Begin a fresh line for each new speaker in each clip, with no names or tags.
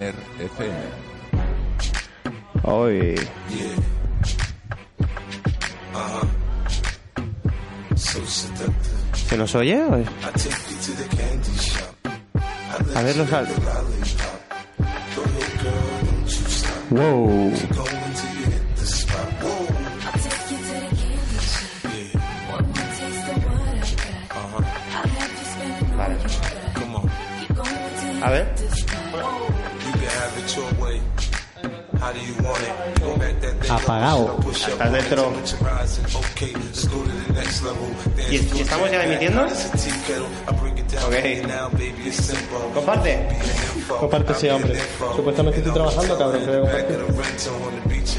RFM.
Hoy,
So seductive.
¿se nos oye?
I take you to the candy shop.
A ver los al...
Lollipop. Go ahead, girl, don't you stop.
Wow.
Go until you hit the spot. Whoa,
Take you to the candy shop. One more taste of what I got. I'll have you spending all you got.
come on.
Keep going till you
A ver.
hit the spot.
You can have it your way. How do you want it? Go back that thing up.
Apagao.
Should I push up?
Estás dentro.
Temperature rising. Okay, let's go to the next level. Dance
¿Y, y estamos ya emitiendo?
It's a tea kettle. I bring it down.
Ok.
Now, baby, it's simple.
Comparte.
Be an info.
Comparte, sí, hombre. Supuestamente estoy trabajando, cabrón, pero voy a compartir.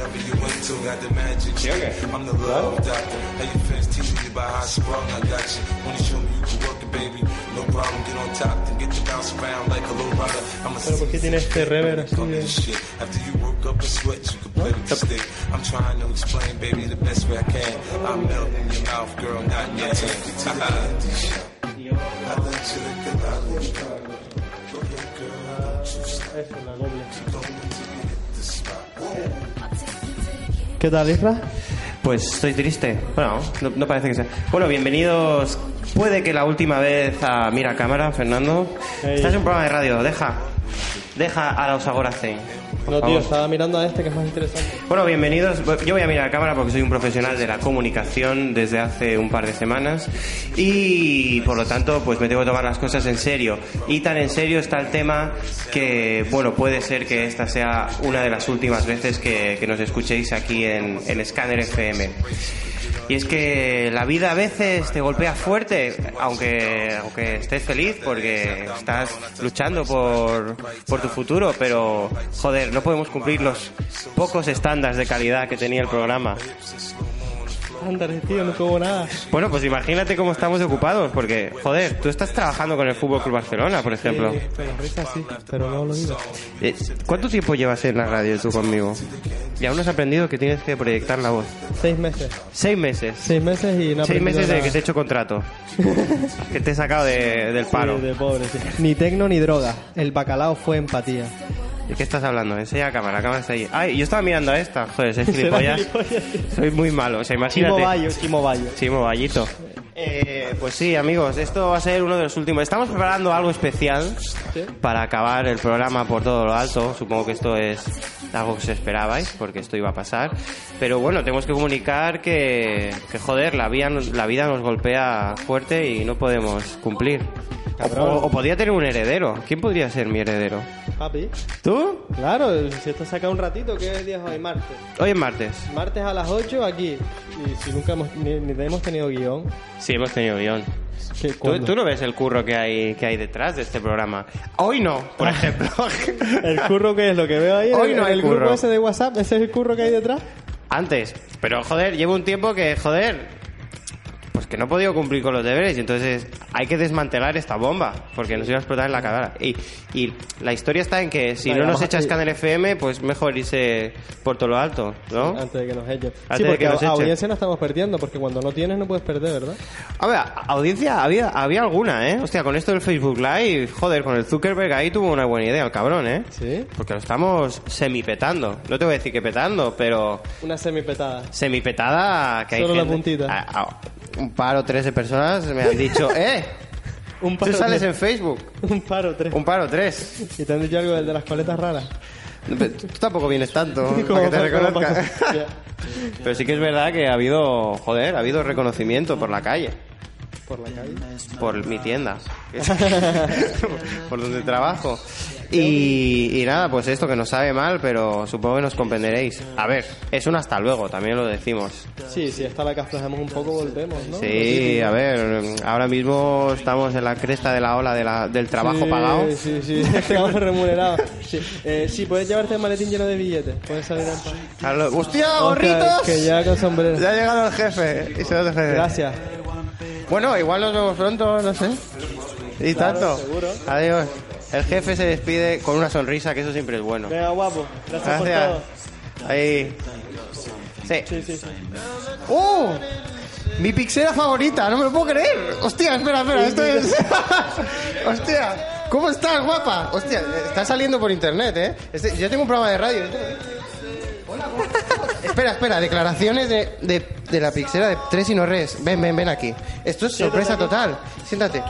¿Sí o qué?
I'm the love doctor. How your fans teasing you about how sprung I got you. Wanna show me you can work it, baby. No problem, get on top, then get to bounce around like a low rider. I'm a
Pero ¿por qué tiene este rever así? eh?
Fuck
de-
this shit. After you work up a sweat, you can play with the stick. I'm trying to explain, baby, the best way I can. I'm melting your mouth, girl, not in your tank. I let you lick the lollipop. Go ahead, girl, don't you stop.
Ah, Eso, la doble.
Go until you hit the spot.
¿Qué tal, Isra?
Pues estoy triste. Bueno, no, no parece que sea. Bueno, bienvenidos. Puede que la última vez a Mira Cámara, Fernando.
Ey.
Estás en un programa de radio, deja. Deja a los Agoracen. por
No,
favor.
tío, estaba mirando a este que es más interesante.
Bueno, bienvenidos. Yo voy a mirar a cámara porque soy un profesional de la comunicación desde hace un par de semanas y por lo tanto pues me tengo que tomar las cosas en serio. Y tan en serio está el tema que, bueno, puede ser que esta sea una de las últimas veces que, que nos escuchéis aquí en, en Scanner FM. Y es que la vida a veces te golpea fuerte, aunque, aunque estés feliz porque estás luchando por, por tu futuro, pero joder, no podemos cumplir los pocos estándares de calidad que tenía el programa.
Ándale, tío, no tuvo nada.
Bueno, pues imagínate cómo estamos ocupados, porque joder, tú estás trabajando con el Fútbol Club Barcelona, por ejemplo.
Eh, pero risa sí, pero no lo digo.
Eh, ¿Cuánto tiempo llevas en la radio tú conmigo? Y aún no has aprendido que tienes que proyectar la voz.
Seis meses.
Seis meses.
Seis meses y no
Seis
aprendí
meses de
nada.
que te he hecho contrato. que te he sacado de- del paro.
Sí, de pobre, sí. Ni tecno ni droga. El bacalao fue empatía.
¿De qué estás hablando? Enseña a cámara, la cámara está ahí. Ay, yo estaba mirando a esta. Joder, soy
Será
gilipollas.
gilipollas.
Soy muy malo, o sea,
Chimo
imagínate.
Bayo, Chimo Bayo.
Chimo Vallito. Eh, pues sí, amigos, esto va a ser uno de los últimos. Estamos preparando algo especial
Sí.
para acabar el programa por todo lo alto. Supongo que esto es algo que os esperabais, porque esto iba a pasar. Pero bueno, tenemos que comunicar que, que joder, la vida, nos- la vida nos golpea fuerte y no podemos cumplir. O,
Cabrón.
o- o podría tener un heredero. ¿Quién podría ser mi heredero?
Papi.
¿Tú?
Claro, si esto saca un ratito, ¿qué día es hoy? Martes.
Hoy es martes.
Martes a las 8 aquí. Y si nunca hemos, ni, ni hemos tenido guión.
Sí, hemos tenido guión.
¿qué-
¿Tú,
cuándo?
tú no ves el curro que hay, que hay detrás de este programa? Hoy no, por ejemplo.
Ah. El curro que es lo que veo ahí.
Hoy no
el,
hay
el
curro.
grupo ese de WhatsApp, ese es el curro que hay detrás.
Antes. Pero joder, llevo un tiempo que, joder, pues que no he podido cumplir con los deberes. Y entonces hay que desmantelar esta bomba, porque nos iba a explotar en la cara. Y, y la historia está en que si
Vale,
no nos
vamos a-
echas Canal FM, pues mejor irse por todo lo alto, ¿no?
Antes de que nos echen.
Antes
sí,
de
porque
que nos
a-
echen.
audiencia no estamos perdiendo, porque cuando no tienes no puedes perder, ¿verdad?
A ver, a- audiencia, había, había alguna, ¿eh? Hostia, con esto del Facebook Live, joder, con el Zuckerberg ahí tuvo una buena idea, el cabrón, ¿eh?
Sí.
Porque lo estamos semipetando. No te voy a decir que petando, pero
Una semipetada.
semipetada que hay
Solo la
gente-
puntita.
a- a- un par o tres de personas me han dicho, ¡eh!
Un
Tú
paro
sales en
tres.
Facebook.
Un paro tres.
Un par o tres.
Y te han dicho algo del de las coletas raras.
Pero Tú tampoco vienes tanto para
Como
que te
pa- como
reconozcan.
pa- Ya.
Pero sí que es verdad que ha habido, joder, ha habido reconocimiento por la calle.
por la calle.
por mi tienda, por donde trabajo. Y, y nada, pues esto que nos sabe mal, pero supongo que nos comprenderéis. A ver, es un hasta luego, también lo decimos.
Sí, sí, hasta la que aplazamos un poco volvemos, ¿no?
Sí, a ver, ahora mismo estamos en la cresta de la ola de la- del trabajo
Sí,
pagado.
Sí, sí, trabajo remunerado. Sí, eh, sí, puedes llevarte el maletín lleno de billetes. Puedes salir a
A lo- ¡Hostia,
Oscar,
gorritos!
que llega con sombrero.
Ya ha llegado el jefe. Y se lo deja de-
Gracias.
Bueno, igual nos vemos pronto, no sé. Y tanto.
seguro.
Adiós. El jefe se despide con una sonrisa, que eso siempre es bueno.
Venga, guapo. Gracias,
Gracias.
por todo.
Ahí. Sí.
Sí, sí, sí.
¡Oh! Mi pixera favorita, no me lo puedo creer. Hostia, espera, espera, esto es. Hostia, ¿cómo estás, guapa? Hostia, está saliendo por internet, ¿eh? Este- yo tengo un programa de radio. Hola, ¿cómo estás? espera, espera, declaraciones de, de, de la pixera de Tres y no res. Ven, ven, ven aquí. Esto es sorpresa total. Siéntate.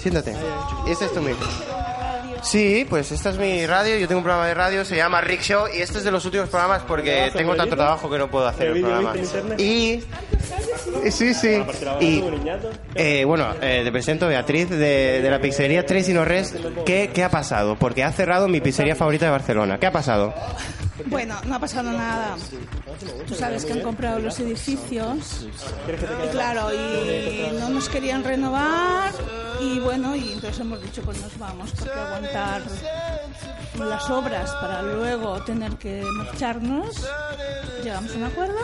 Siéntate. Este es tu micro. Sí, pues esta es mi radio, yo tengo un programa de radio, se llama Rick Show y este es de los últimos programas porque
Gracias,
tengo tanto
Miguelito.
trabajo que no puedo hacer el
¿El vídeo
programa.
viste en internet?
Y eh, Sí, sí. Y, eh, bueno, eh, te presento a Beatriz de, de la pizzería Tres y no Res. ¿Qué, ¿Qué ha pasado? Porque ha cerrado mi pizzería favorita de Barcelona. ¿Qué ha pasado?
Bueno, no ha pasado nada. Tú sabes que han comprado los edificios. Y claro, y no nos querían renovar. Y bueno, y entonces hemos dicho, pues nos vamos, porque aguantar las obras para luego tener que marcharnos. Llegamos a un acuerdo.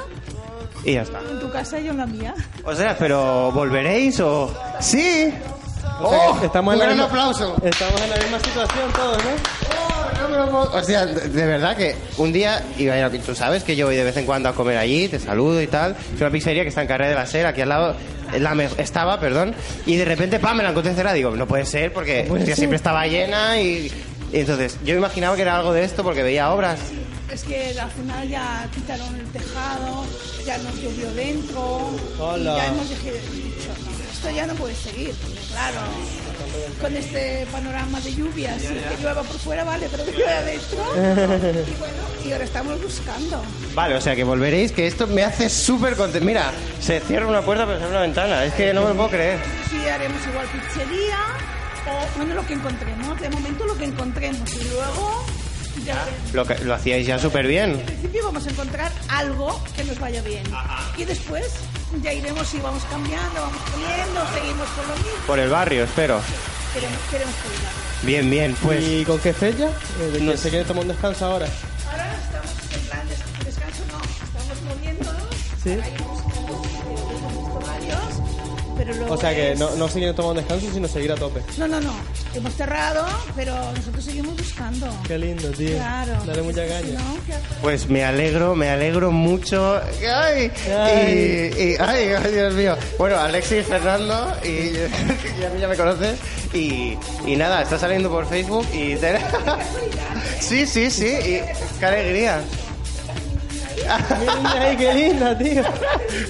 Y ya está.
En tu casa y yo en la mía.
O sea, pero ¿volveréis o...? ¡Sí!
sea,
¡Oh!
que estamos
un
en la
gran
misma-
aplauso.
Estamos en la misma situación todos, ¿no?
No me lo puedo- O sea, de de verdad que un día, y bueno, tú sabes que yo voy de vez en cuando a comer allí, te saludo y tal. Es una pizzería que está en Carrera de la Ser, aquí al lado, es la me- estaba, perdón, y de repente, pam, me la encontré cerrada. Digo, no puede ser porque hostia, siempre estaba llena y, y entonces yo imaginaba que era algo de esto porque veía obras.
Es que al final ya quitaron el tejado, ya nos llovió dentro,
Hola.
y ya hemos dije- dicho, "No, esto ya no puede seguir, porque claro, con este panorama de lluvias, y que llueva por fuera, vale, pero que llueva dentro, y bueno, y ahora estamos buscando.
Vale, o sea que volveréis, que esto me hace súper contento. Mira, se cierra una puerta pero se abre una ventana, es que no me lo puedo creer.
Sí, haremos igual pizzería, o bueno, lo que encontremos, de momento lo que encontremos, y luego ya veremos.
Lo, que- lo hacíais ya súper bien.
Al principio vamos a encontrar algo que nos vaya bien. Y después ya iremos y vamos cambiando, vamos cambiando, seguimos con lo mismo.
Por el barrio, espero.
Queremos, queremos cuidar.
Bien, bien, pues...
¿Y con qué fecha? Eh, de que se quiere tomar un descanso ahora.
Ahora estamos en plan des- descanso, no, estamos moviéndonos.
Sí.
Ahí hemos visto varios, pero luego
O sea que
es-
no, no se quiere tomar un descanso, sino seguir a tope.
No, no, no. Hemos cerrado, pero nosotros seguimos buscando.
Qué lindo, tío.
Claro.
Dale mucha
Es que si
caña.
no, ¿qué haces?
Pues me alegro, me alegro mucho. ¡Ay!
Ay.
Y, y- ay, ay, Dios mío. Bueno, Alexis, Fernando, y, y a mí ya me conoces. Y, y nada, está saliendo por Facebook y... te- sí, sí, sí. y- ¡Qué alegría!
Mira, mira ahí, qué linda, tío.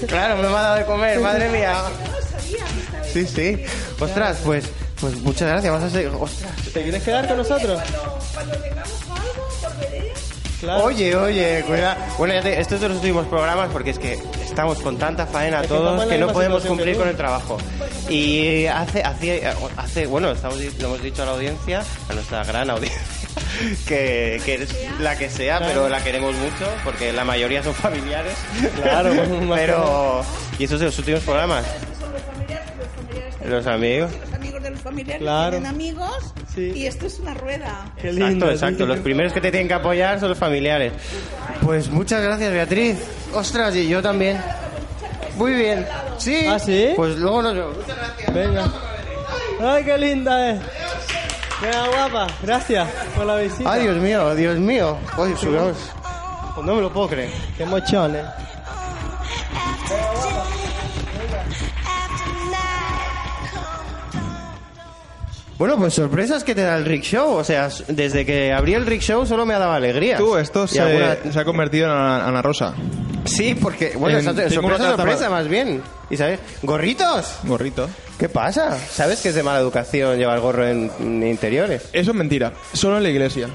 Claro, me ha dado de comer, madre mía.
No sabía que estaba
Sí, sí. Ostras, pues, pues muchas gracias. Vas a ser... ostras.
¿Te quieres quedar con nosotros?
Cuando, cuando tengamos algo, volveré.
Claro.
Oye, oye, cuidado. Bueno, ya te- estos son los últimos programas porque es que estamos con tanta faena
Es que
todos
estamos en
que
la
no
misma
podemos
situación que
cumplir
tú.
con el trabajo. Y hace, hace, hace bueno, estamos, di- lo hemos dicho a la audiencia, a nuestra gran audiencia, que, que es la que sea, pero la queremos mucho porque la mayoría son familiares.
Claro, más
pero. Y estos son los últimos programas.
Son los familiares, los familiares.
Los amigos.
los amigos de los familiares
Claro.
tienen amigos
Sí.
y esto es una rueda.
Qué
Exacto,
lindo,
exacto.
tío.
Los primeros que te tienen que apoyar son los familiares. Pues muchas gracias, Beatriz. Ostras, y yo también. Muy bien. Sí.
¿Ah, sí?
Pues luego nos vemos. Muchas gracias.
Venga. Ay, qué linda es. Venga, guapa. Gracias por la visita.
Ay, Dios mío, Dios mío. Oye, subimos. No me lo puedo creer.
Qué eh. mochones.
Bueno, pues sorpresas que te da el Rick Show. O sea, s- desde que abrí el Rick Show solo me ha dado alegría.
Tú, esto se, se ha convertido en Ana, Ana Rosa.
Sí, porque... Bueno,
En-
exacto,
tengo una
sorpresa,
tarta
sorpresa,
para-
más bien. ¿Y sabes? ¿Gorritos?
Gorrito.
¿Qué pasa? ¿Sabes que es de mala educación llevar gorro en- en interiores?
Eso es mentira. Solo en la iglesia.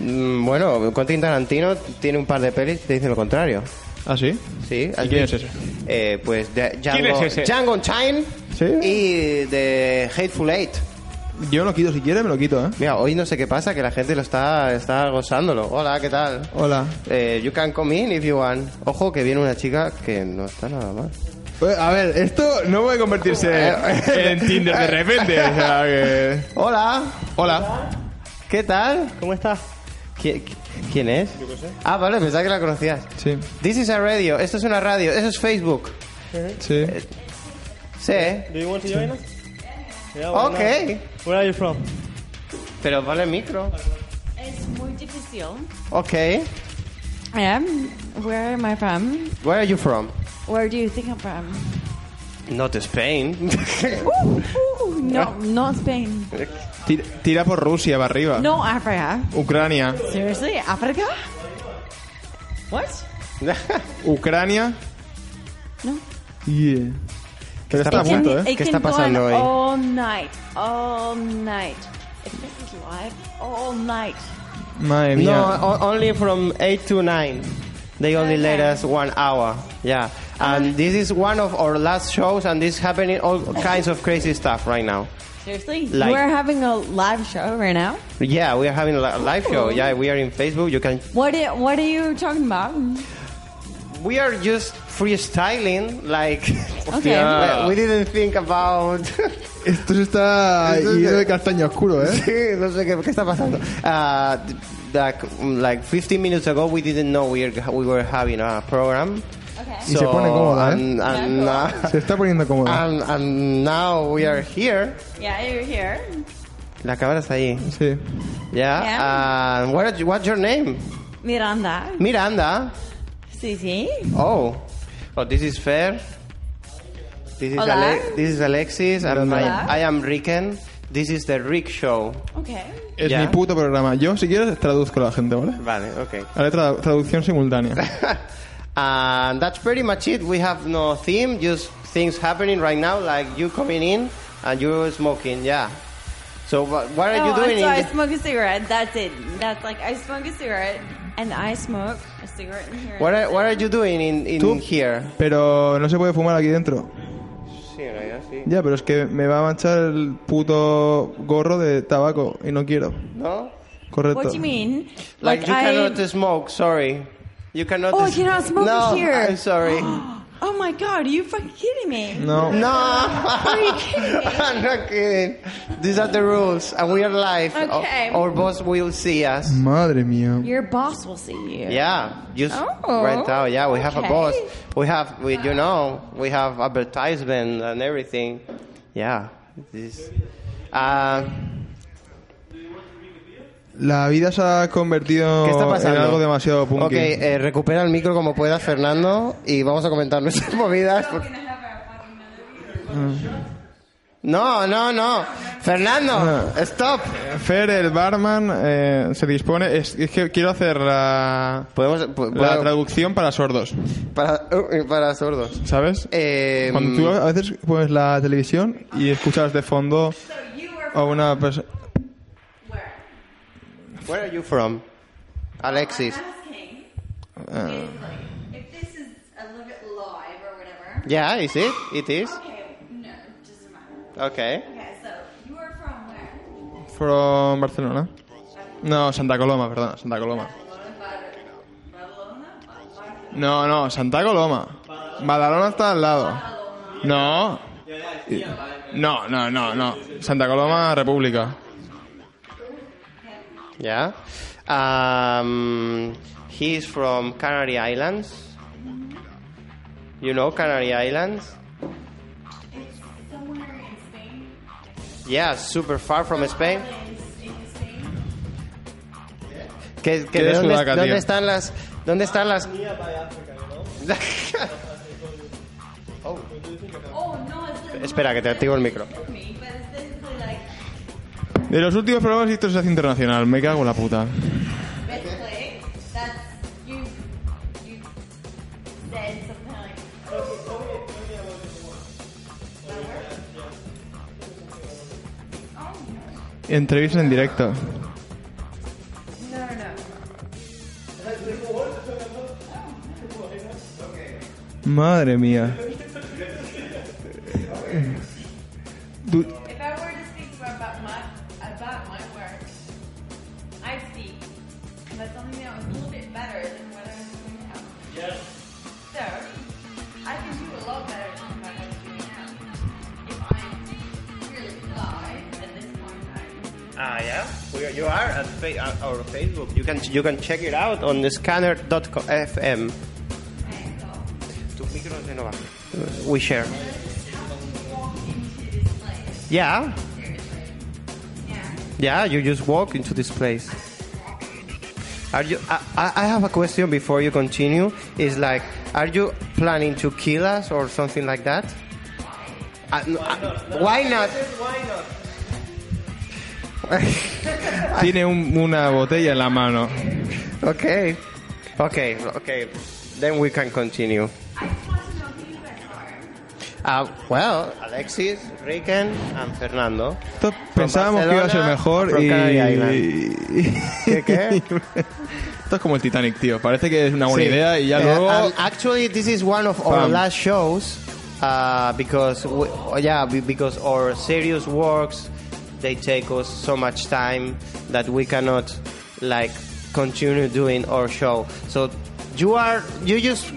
Mm, Bueno, Quentin Tarantino tiene un par de pelis que te dicen lo contrario.
¿Ah, sí?
¿Sí?
¿Y quién es ese?
Eh, pues de- Django,
¿Quién es ese?
Django Unchained
¿Sí?
Y de Hateful Eight.
Yo lo quito si quiere, me lo quito, ¿eh?
Mira, hoy no sé qué pasa, que la gente lo está, está gozándolo. Hola, ¿qué tal?
Hola.
Eh, you can come in if you want. Ojo que viene una chica que no está nada mal.
Eh, A ver, esto no puede convertirse en Tinder de repente. o sea que-
Hola,
Hola.
¿qué tal?
¿Cómo estás?
¿Qui- qui- ¿Quién es? Ah, vale, pensaba que la conocías.
Sí,
This is a radio, esto es una radio, eso es Facebook.
sí.
Sí,
Do you want to join us? Yeah, why
ok.
not? Where are you from?
Pero vale el micro.
It's muy difícil.
Ok.
I am. Where am I from?
Where are you from?
Where do you think I'm from?
Not Spain.
Ooh, no, not Spain.
Tira, tira por Rusia, para arriba.
No, Africa.
Ucrania.
Seriously, Africa? What?
Ucrania.
No.
Yeah. Pero está a
It can,
punto, ¿eh?
¿Qué
it can
está
go on
pasando hoy?
all night, all night. If this is live, all night.
Madre mía.
No, o- only from 8 to 9. They only let us one hour. Yeah. And this is one of our last shows, and this happening all kinds of crazy stuff right now.
Seriously,
Like-
we're having a live show right now.
Yeah, we are having a li- live show. Yeah, we are in Facebook. You can.
What? i- what are you talking about?
We are just freestyling. Like,
Okay.
we- we didn't think about.
Esto se está
Esto se-
ido de castaño oscuro, ¿eh?
Sí, no sé qué, qué está pasando. Uh, like, mm, like 15 minutes ago, we didn't know we, are, we were having a program.
Okay.
Y se pone cómoda, ¿eh?
and- and, uh,
Se está poniendo cómodo.
And, and now we are here.
Yeah, you're here.
La cámara está allí.
Sí.
Yeah.
Yeah.
And what are you- what's your name?
Miranda.
Miranda.
Sí, sí.
Oh. Oh, this is fair. This is,
Hola.
Ale- this is Alexis. And my,
Hola.
I am Ricken. This is the Rick Show.
Okay.
Es
Ya.
mi puto programa. Yo, si quieres, traduzco a la gente, ¿vale?
Vale, okay.
Haré tra- traducción simultánea.
and that's pretty much it. We have no theme, just things happening right now, like you coming in and you smoking, yeah. So what, what are you
Oh,
doing?
so I
in the-
smoke a cigarette. That's it. That's like I smoke a cigarette and I smoke a cigarette in here.
what, are, what are you doing in,
Tú.
in here?
Pero no se puede fumar aquí dentro. Ya, pero es que me va a manchar el puto gorro de tabaco y no quiero.
No?
Correcto.
What do you mean?
Like, you cannot
I.
smoke. Sorry, you cannot.
Oh,
s-
you cannot smoke
no,
here.
I'm sorry.
Oh my god! Are you fucking kidding me?
No.
No,
you kidding me?
I'm not kidding. These are the rules, and we are live. O-
Okay.
Our boss will see us.
Madre mía.
Your boss will see you.
Yeah, just
Oh,
right now. Yeah, we have a
okay.
boss. We have, we, you know, we have advertisement and everything. Yeah, this. Uh,
La vida se ha convertido
¿Qué está pasando?
en algo demasiado punky.
Ok, eh, recupera el micro como pueda, Fernando, y vamos a comentar nuestras movidas. por- No, no, no. Fernando,
No.
stop.
Eh, Fer, el barman, eh, se dispone... Es, es que quiero hacer la,
Podemos. po-
la
puedo-
traducción para sordos,
para, uh, para sordos.
¿sabes?
Eh,
Cuando tú a veces pones la televisión y escuchas de fondo a una persona...
Where are you from? Alexis.
eh,
If this is a little bit live or whatever.
Yeah, is it? It is.
Okay. No, doesn't matter.
Okay.
Okay. So you are from where?
From Barcelona. No, Santa Coloma, perdona, Santa Coloma. No, no, Santa Coloma. Badalona está al lado. No. No, no, no, no. Santa Coloma, República.
Yeah. Um, he's from Canary Islands. You know Canary Islands? Yeah, super far from Spain. ¿Qué, qué,
Qué
de dónde,
sudaca,
dónde
tío.
están las dónde están las
Oh no, it's
Espera que te activo el micro.
me, but it's basically like
De los últimos programas esto se hace internacional. Me cago en la puta.
basically that's you. You said something like.
Entrevista en directo.
No, no, no.
Madre mía. Do-
If I were to speak about my about my work, I'd speak about something that was a little bit better than what I was doing now.
Yes.
So I can do a lot better than what I'm doing now. If I'm really live at this point in time.
Ah, yeah. We are, you are at fa- at our Facebook. You can you can check it out on the scanner.fm.
Tus micros de no bajan.
We share. Yeah. Yeah, you just walk into this place. Are you? I, I I have a question before you continue. Is like, are you planning to kill us or something like that? I- I- why not?
Tiene un- una botella en la mano.
Okay. Okay, okay. Then we can continue. Uh, well, Alexis, Riken, and Fernando.
Pensábamos que iba a ser
Barcelona,
mejor
from
y...
Canary
¿Qué,
qué?
Esto es como el Titanic, tío. Parece que es una buena
Sí. Eh,
idea y ya
Yeah,
luego...
and actually, this is one of our
Pam.
last shows uh, because, we, oh, yeah, be- because our serious works they take us so much time that we cannot like continue doing our show. So you are you just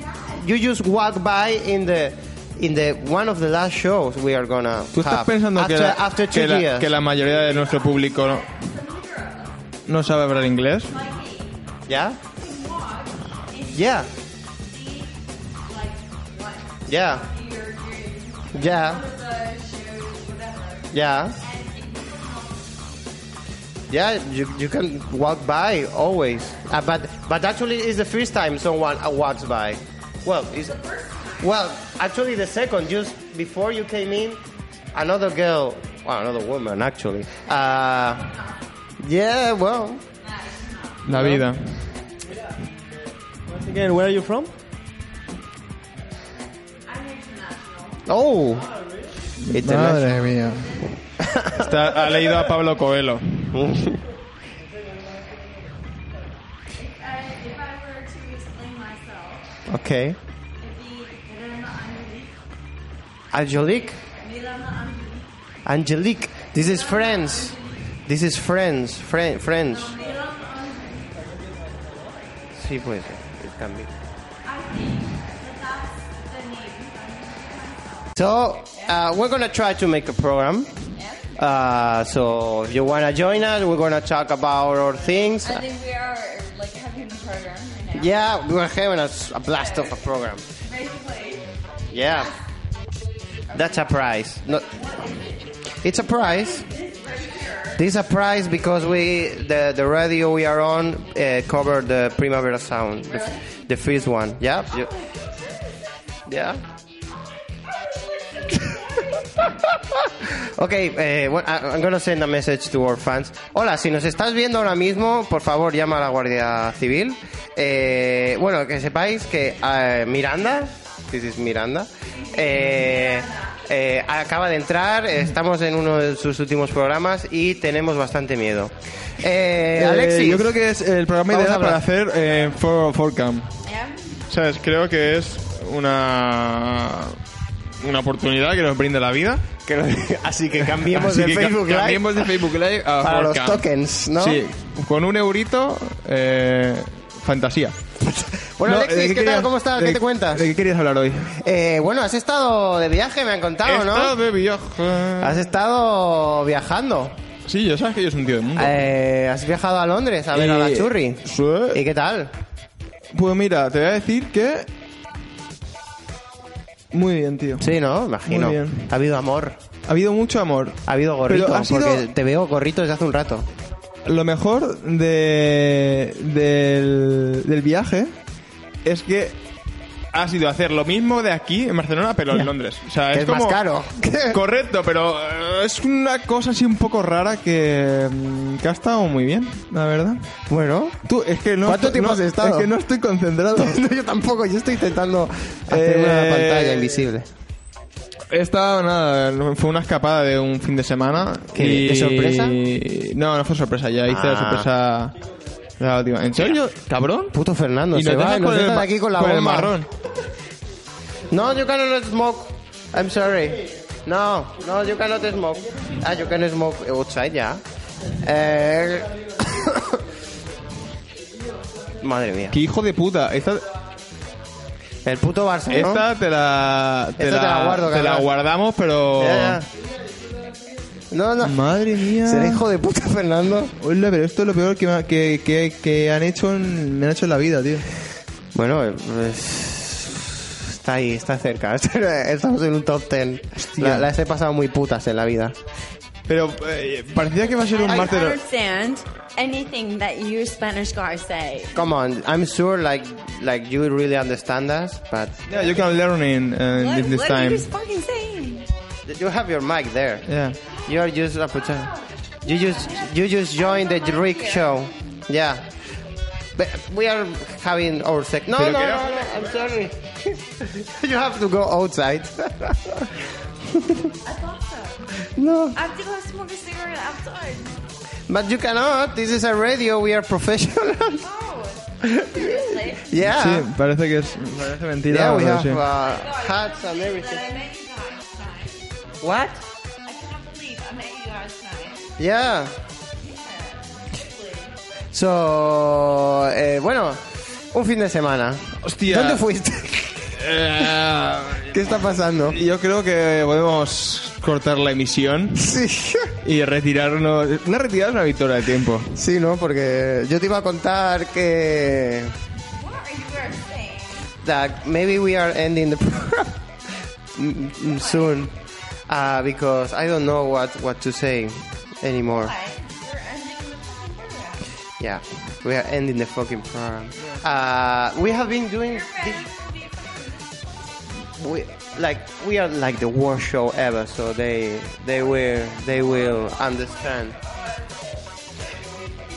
you just walk by in the in the one of the last shows we are gonna
¿Tú estás
have.
pensando
after,
que, la,
after two
que, la,
years.
que la mayoría de nuestro público no, no sabe hablar inglés?
Yeah. Yeah. Yeah. Yeah. Yeah. Yeah, you, you can walk by always. Uh, but but actually, it's the first time someone uh, walks by. Well, it's, well, actually, the second just before you came in, another girl, well, another woman actually. Uh, yeah, well,
La vida.
Once again, where are you from?
Oh.
Madre mía. Está- ha leído a Pablo Coelho.
If I were to explain myself,
Okay.
it'd be Miranda Angelique.
Angelique.
Miranda Angelique.
Angelique. This is friends. This is friends. Fren friends.
Miranda Angelique.
Sí, pues. It can be.
I think that that's the name.
So, uh, we're going to try to make a program. Uh, so, if you want to join us, we're going to talk about our things.
I think we are like having a program right now.
Yeah, we're having a, s- a blast of a program.
Ready to play?
Yeah. That's a prize. No, it's a prize. This is a prize because we the the radio we are on uh, cover the Primavera Sound, the, f- the first one. Yeah. You- Yeah. Okay, eh, bueno, I- I'm gonna send a message to our fans. Hola, si nos estás viendo ahora mismo, por favor llama a la Guardia Civil. Eh, bueno, que sepáis que eh, Miranda, this is Miranda, eh, eh, acaba de entrar, estamos en uno de sus últimos programas y tenemos bastante miedo. Eh,
Eh,
Alexis.
Yo creo que es el programa
Vamos a
ideal
hablar.
para hacer eh, for, for Cam. ¿Sabes? Creo que es una una oportunidad que nos brinde la vida. Que nos-
Así que cambiemos
Así
de
que ca-
Facebook Live.
cambiemos de Facebook Live a
Para los
Forcam.
tokens, ¿no?
Sí, con un eurito, eh, fantasía.
Bueno,
No,
Alexis,
¿de
¿qué,
querías-
tal? ¿Cómo estás?
de-
¿Qué te cuentas?
¿De qué querías hablar hoy?
Eh, bueno, has estado de viaje, me han contado, ¿no? Ah,
Esta de viaje.
Has estado viajando.
Sí, ya sabes que yo soy un tío de mundo.
Eh, has viajado a Londres a ver a la
Eh,
churri.
sí.
¿Y qué tal?
Pues mira, te voy a decir que... Muy bien, tío.
Sí, ¿no? Imagino.
Muy bien.
Ha habido amor,
Ha habido mucho amor.
ha habido gorrito,
Pero ha sido-
porque te veo gorrito desde hace un rato.
Lo mejor de, del, del viaje es que ha sido hacer lo mismo de aquí en Barcelona, pero en Londres. O sea,
Que
es,
es más
como,
caro.
Correcto, pero eh, es una cosa así un poco rara que, mm, que ha estado muy bien, la verdad.
Bueno,
Tú, es que no
¿Cuánto
estoy-
tiempo
no,
has estado?
Es que no estoy concentrado.
No, yo tampoco, yo estoy intentando hacer
Eh,
una pantalla invisible.
He estado, nada, fue una escapada de un fin de semana.
¿Qué? ¿De sorpresa?
No, no fue sorpresa, ya hice la
Ah.
sorpresa la última. ¿En serio? ¿Cabrón?
Puto Fernando,
Y
se
nos
va,
dejan
nos
con el
dejan
ma-
aquí con la
con el
bomba.
marrón.
No, you cannot smoke. I'm sorry. No, no, you cannot smoke. Ah, you can smoke outside, ya. Eh... Madre mía.
¡Qué hijo de puta! Esta,
El puto Barça, ¿no?
esta te la. Te,
Esta
la,
te la guardo,
te la
Carlos.
guardamos, pero.
Ya, ya. No, no.
Madre mía.
Será hijo de puta, Fernando.
Hola, pero esto es lo peor que, me ha- que, que- que han hecho en- me han hecho en la vida, tío.
Bueno, eh, pues, está ahí, está cerca. Estamos en un top 10. La- las he pasado muy putas en la vida.
Pero eh, parecía que va a ser un
I
martes.
understand anything that you Spanish guys say.
Come on, I'm sure like like you really understand us, but
Yeah, you can learn in, uh,
What,
this
what are
time.
you fucking saying?
you have your mic there.
Yeah.
You are just a puta- You just you just joined the Rick show. Yeah. But we are having our sec. No, no,
Pero
no,
que-
no, I'm sorry. you have to go outside. No.
I have to go smoke a cigarette outside.
but you cannot. This is a radio. We are professional.
Oh, Seriously?
Yeah.
Sí, parece que es parece mentira.
Yeah, we
pero
have
sí.
uh, hats and everything. What?
I cannot believe I met you guys tonight.
Yeah. So, eh, bueno, un fin de semana.
Hostia. Eh,
¿Dónde fuiste? ¿Qué está pasando?
Yo creo que podemos cortar la emisión. Y retirarnos. Una retirada es una victoria de tiempo.
Sí, ¿no? Porque yo te iba a contar que... That maybe we are ending the program mm, mm, soon uh, because I don't know what, what to say anymore. Yeah, we are ending the fucking program. Uh, we have been doing thi- we like we are like the worst show ever, so they they will they will understand.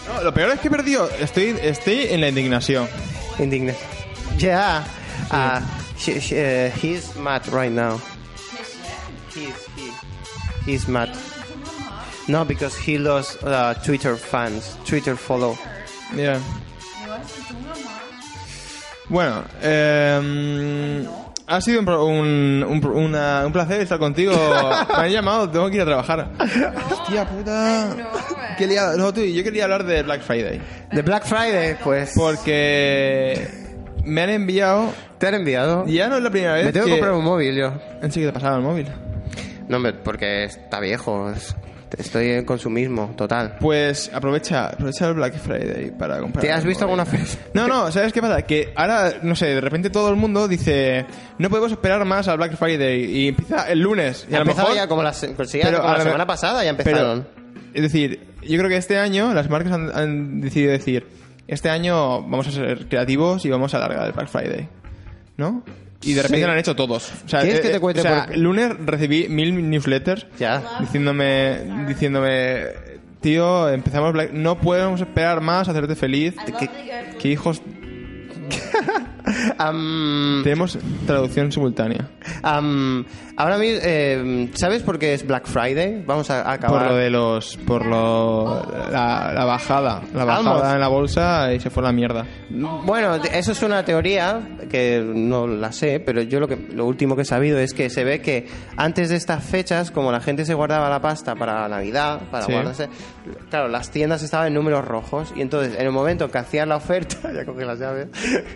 No, lo peor es que he perdido. Estoy, estoy en la indignación.
Indignación. Yeah, uh, she, she, uh, he's mad right now. He's he. He's mad. No, because he lost uh, Twitter fans, Twitter follow.
Yeah. Bueno, eh, ha sido un, pro- un, un pro- una- un placer estar contigo. Me han llamado, tengo que ir a trabajar. Hostia puta. Qué liado. No, tú, yo quería hablar de Black Friday.
De Black Friday, pues.
Porque me han enviado.
¿Te han enviado?
Ya no es la primera vez.
Me tengo que
que
comprar un móvil yo.
¿En serio te pasaba el móvil?
No, hombre, porque está viejo. es- Estoy en consumismo total.
Pues aprovecha, aprovecha el Black Friday para comprar.
¿Te has
algo.
visto alguna vez?
No, no, ¿sabes qué pasa? Que ahora, no sé, de repente todo el mundo dice, no podemos esperar más al Black Friday y empieza el lunes. Y a
Ha
lo
empezado
mejor,
ya como la, se- pues sí, ya
pero
como
a
la
lo me-
semana pasada, ya
pero,
empezaron.
es decir, yo creo que este año las marcas han, han decidido decir, este año vamos a ser creativos y vamos a alargar el Black Friday. ¿No? Y de repente
Sí.
lo han hecho todos. O sea,
¿Quieres que
eh,
te
eh,
cuente
o sea,
por qué?
lunes recibí mil newsletters
Ya.
diciéndome, diciéndome, tío, empezamos Black... No podemos esperar más, hacerte feliz. ¿Qué, qué hijos
Am,
Tenemos traducción simultánea.
am, ahora mismo, eh, ¿sabes por qué es Black Friday? Vamos a, a acabar.
Por lo de los. Por lo. La, la bajada. La bajada
Vamos.
en la bolsa y se fue a la mierda.
Bueno, de- eso es una teoría que no la sé, pero yo lo, que, lo último que he sabido es que se ve que antes de estas fechas, como la gente se guardaba la pasta para Navidad, para
Sí.
guardarse, claro, las tiendas estaban en números rojos y entonces en el momento que hacías la oferta, ya cogí las llaves,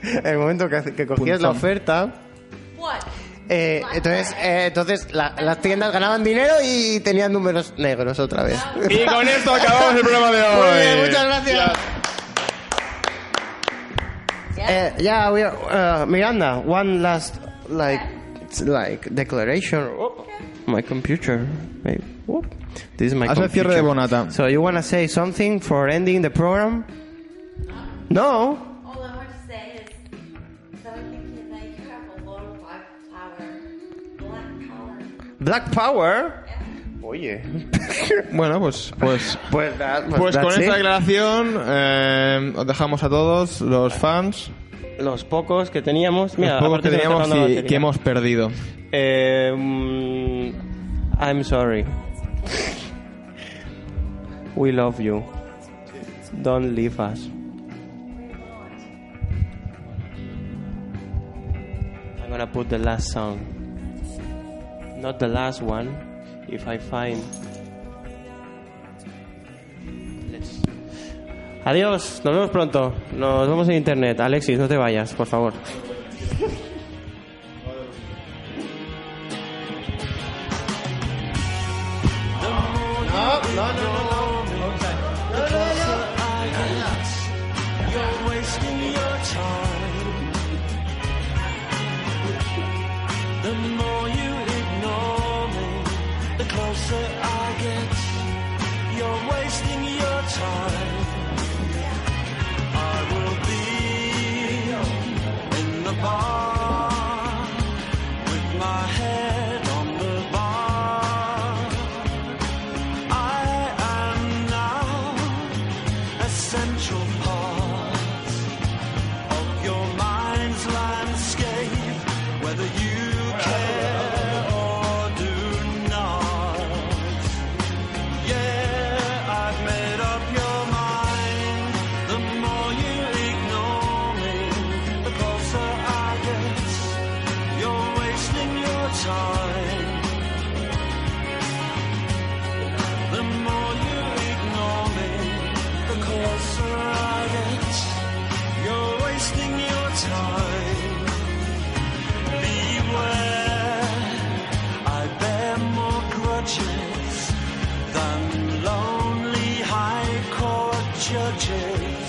en el momento que, hace- que cogías la
Punzón.
oferta... eh, entonces eh, entonces la- las tiendas ganaban dinero y tenían números negros otra vez.
Y con esto acabamos el programa de hoy.
Muy bien, muchas gracias. Eh, yeah, we are, uh, Miranda, one last like it's like declaration. Oh, my computer. Maybe. Oh, This is my
Haz el
computer.
cierre de Bonata.
So you wanna say something for ending the program? No.
All I want to say is that I think that you have a lot of black power. Black power.
Black Power. Oye.
Bueno, pues. Pues,
Pues, that-
pues con
that's
esta
it.
declaración. eh, os dejamos a todos los fans.
los pocos que teníamos, mira,
los pocos
aparte
que
se me
teníamos
está acabando la
y
batería.
que hemos perdido.
Eh, mm, I'm sorry. We love you. Don't leave us. I'm gonna put the last song.
Not the last one. If I find. Let's- Adiós, nos vemos pronto. Nos vemos en internet. Alexis, no te vayas, por favor.
No, no, no, no, no. No, no, no.
You're wasting your time. The more you ignore me, the closer I get. You're wasting your time. I will be in the bar with my head on the bar. I am now essential part of your mind's landscape, whether you care or do not. Yeah, I've made up your mind. The more you ignore me, the closer I get. You're wasting your time. The more you ignore me, the closer I get. You're wasting your time. Beware, I bear more grudges than lonely high court judges.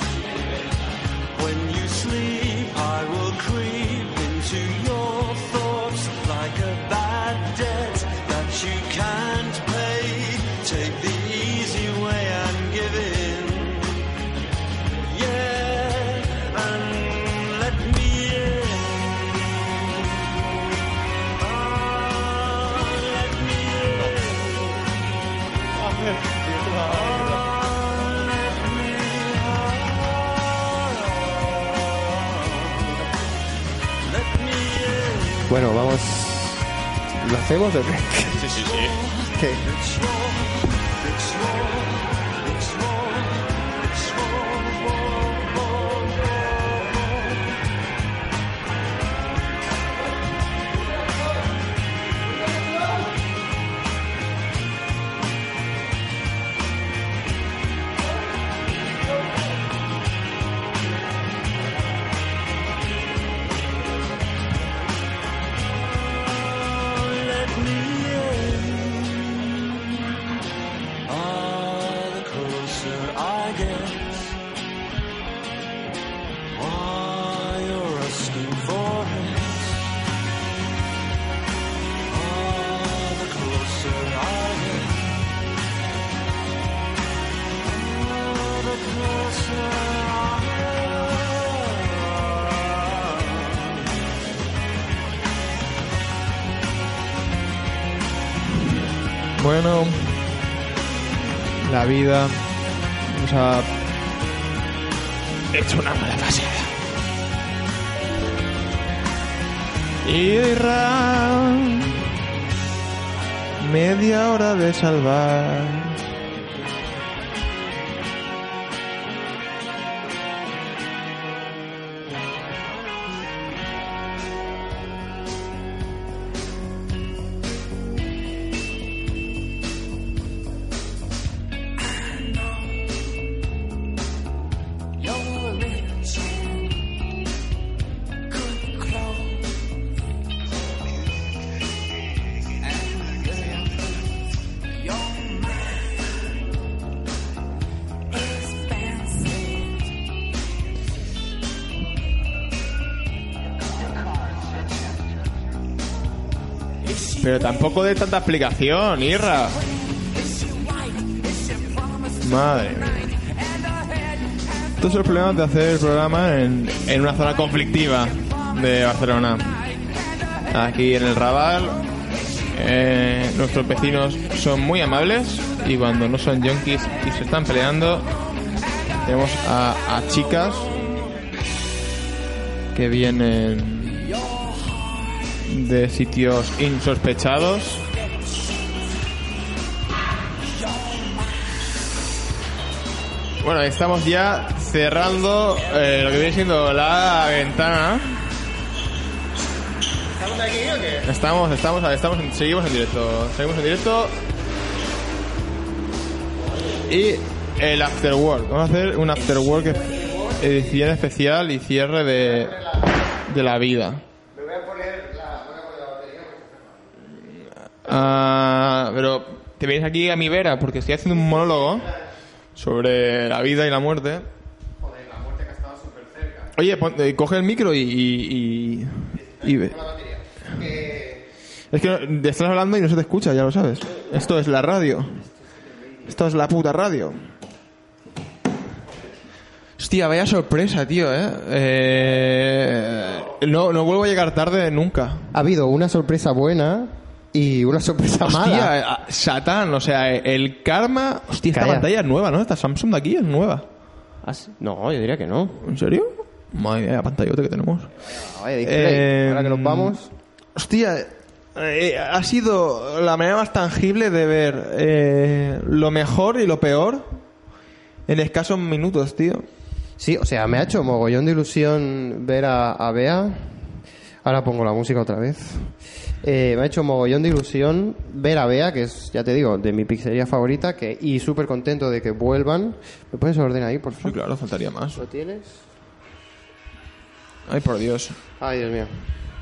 When you sleep, I will creep into your thoughts like a bad debt that you can't pay. Take the easy way and give in. Yeah, and let me in. Ah, let me in. Ah, let me ah, let me in.
Bueno, vamos. ¿Lo hacemos o qué?
Sí, sí, sí.
¿Qué?
It's wrong, it's wrong, it's wrong, it's wrong, wrong, wrong, wrong, wrong. Let me in. Ah, the closer I get, why you're asking for it. Ah, the closer I get, ah, the closer I get.
Bueno, la vida nos ha hecho una mala pasada. Y irá media hora de salvar.
You're rich and good clothes and then your mind is
Uh-huh.
fancy.
Pero tampoco de tanta explicación, Irra.
Is she white? Is she promised?
Madre mía. Estos son los problemas de hacer el programa en, en una zona conflictiva de Barcelona. Aquí en el Raval, eh, nuestros vecinos son muy amables y cuando no son yonkis y se están peleando, tenemos a, a chicas que vienen de sitios insospechados Bueno, estamos ya cerrando eh, lo que viene siendo la ventana.
¿Estamos aquí o qué?
Estamos, estamos, estamos, en- seguimos en directo. Seguimos en directo. Y el Afterwork. Vamos a hacer un Afterwork e- edición especial y cierre de, de la vida. Ah, pero te veis aquí a mi vera porque estoy haciendo un monólogo sobre la vida y la muerte. Oye, pon- eh, coge el micro y... y, y- y ve. Es que no- te estás hablando y no se te escucha, ya lo sabes. Esto es la radio. Esto es la puta radio. Hostia, vaya sorpresa, tío, ¿eh? Eh, No, no vuelvo a llegar tarde nunca.
Ha habido una sorpresa buena y una sorpresa
Hostia,
mala.
eh, ah, Satán, o sea, eh, el karma... Hostia, esta
Calla.
pantalla es nueva, ¿no? Esta Samsung de aquí es nueva.
¿Ah, No, yo diría que no.
¿En serio? Madre mía, la pantallota que tenemos.
Ah, Vaya display.
Eh,
Ahora que nos vamos.
Hostia, eh, ha sido la manera más tangible de ver eh, lo mejor y lo peor en escasos minutos, tío.
Sí, o sea, me ha hecho mogollón de ilusión ver a, a Bea. Ahora pongo la música otra vez. Eh, me ha hecho mogollón de ilusión ver a Bea, que es, ya te digo, de mi pizzería favorita, que y súper contento de que vuelvan. ¿Me puedes ordenar ahí, por
Sí,
favor?
claro, faltaría más.
¿Lo tienes?
Ay, por Dios.
Ay, Dios mío.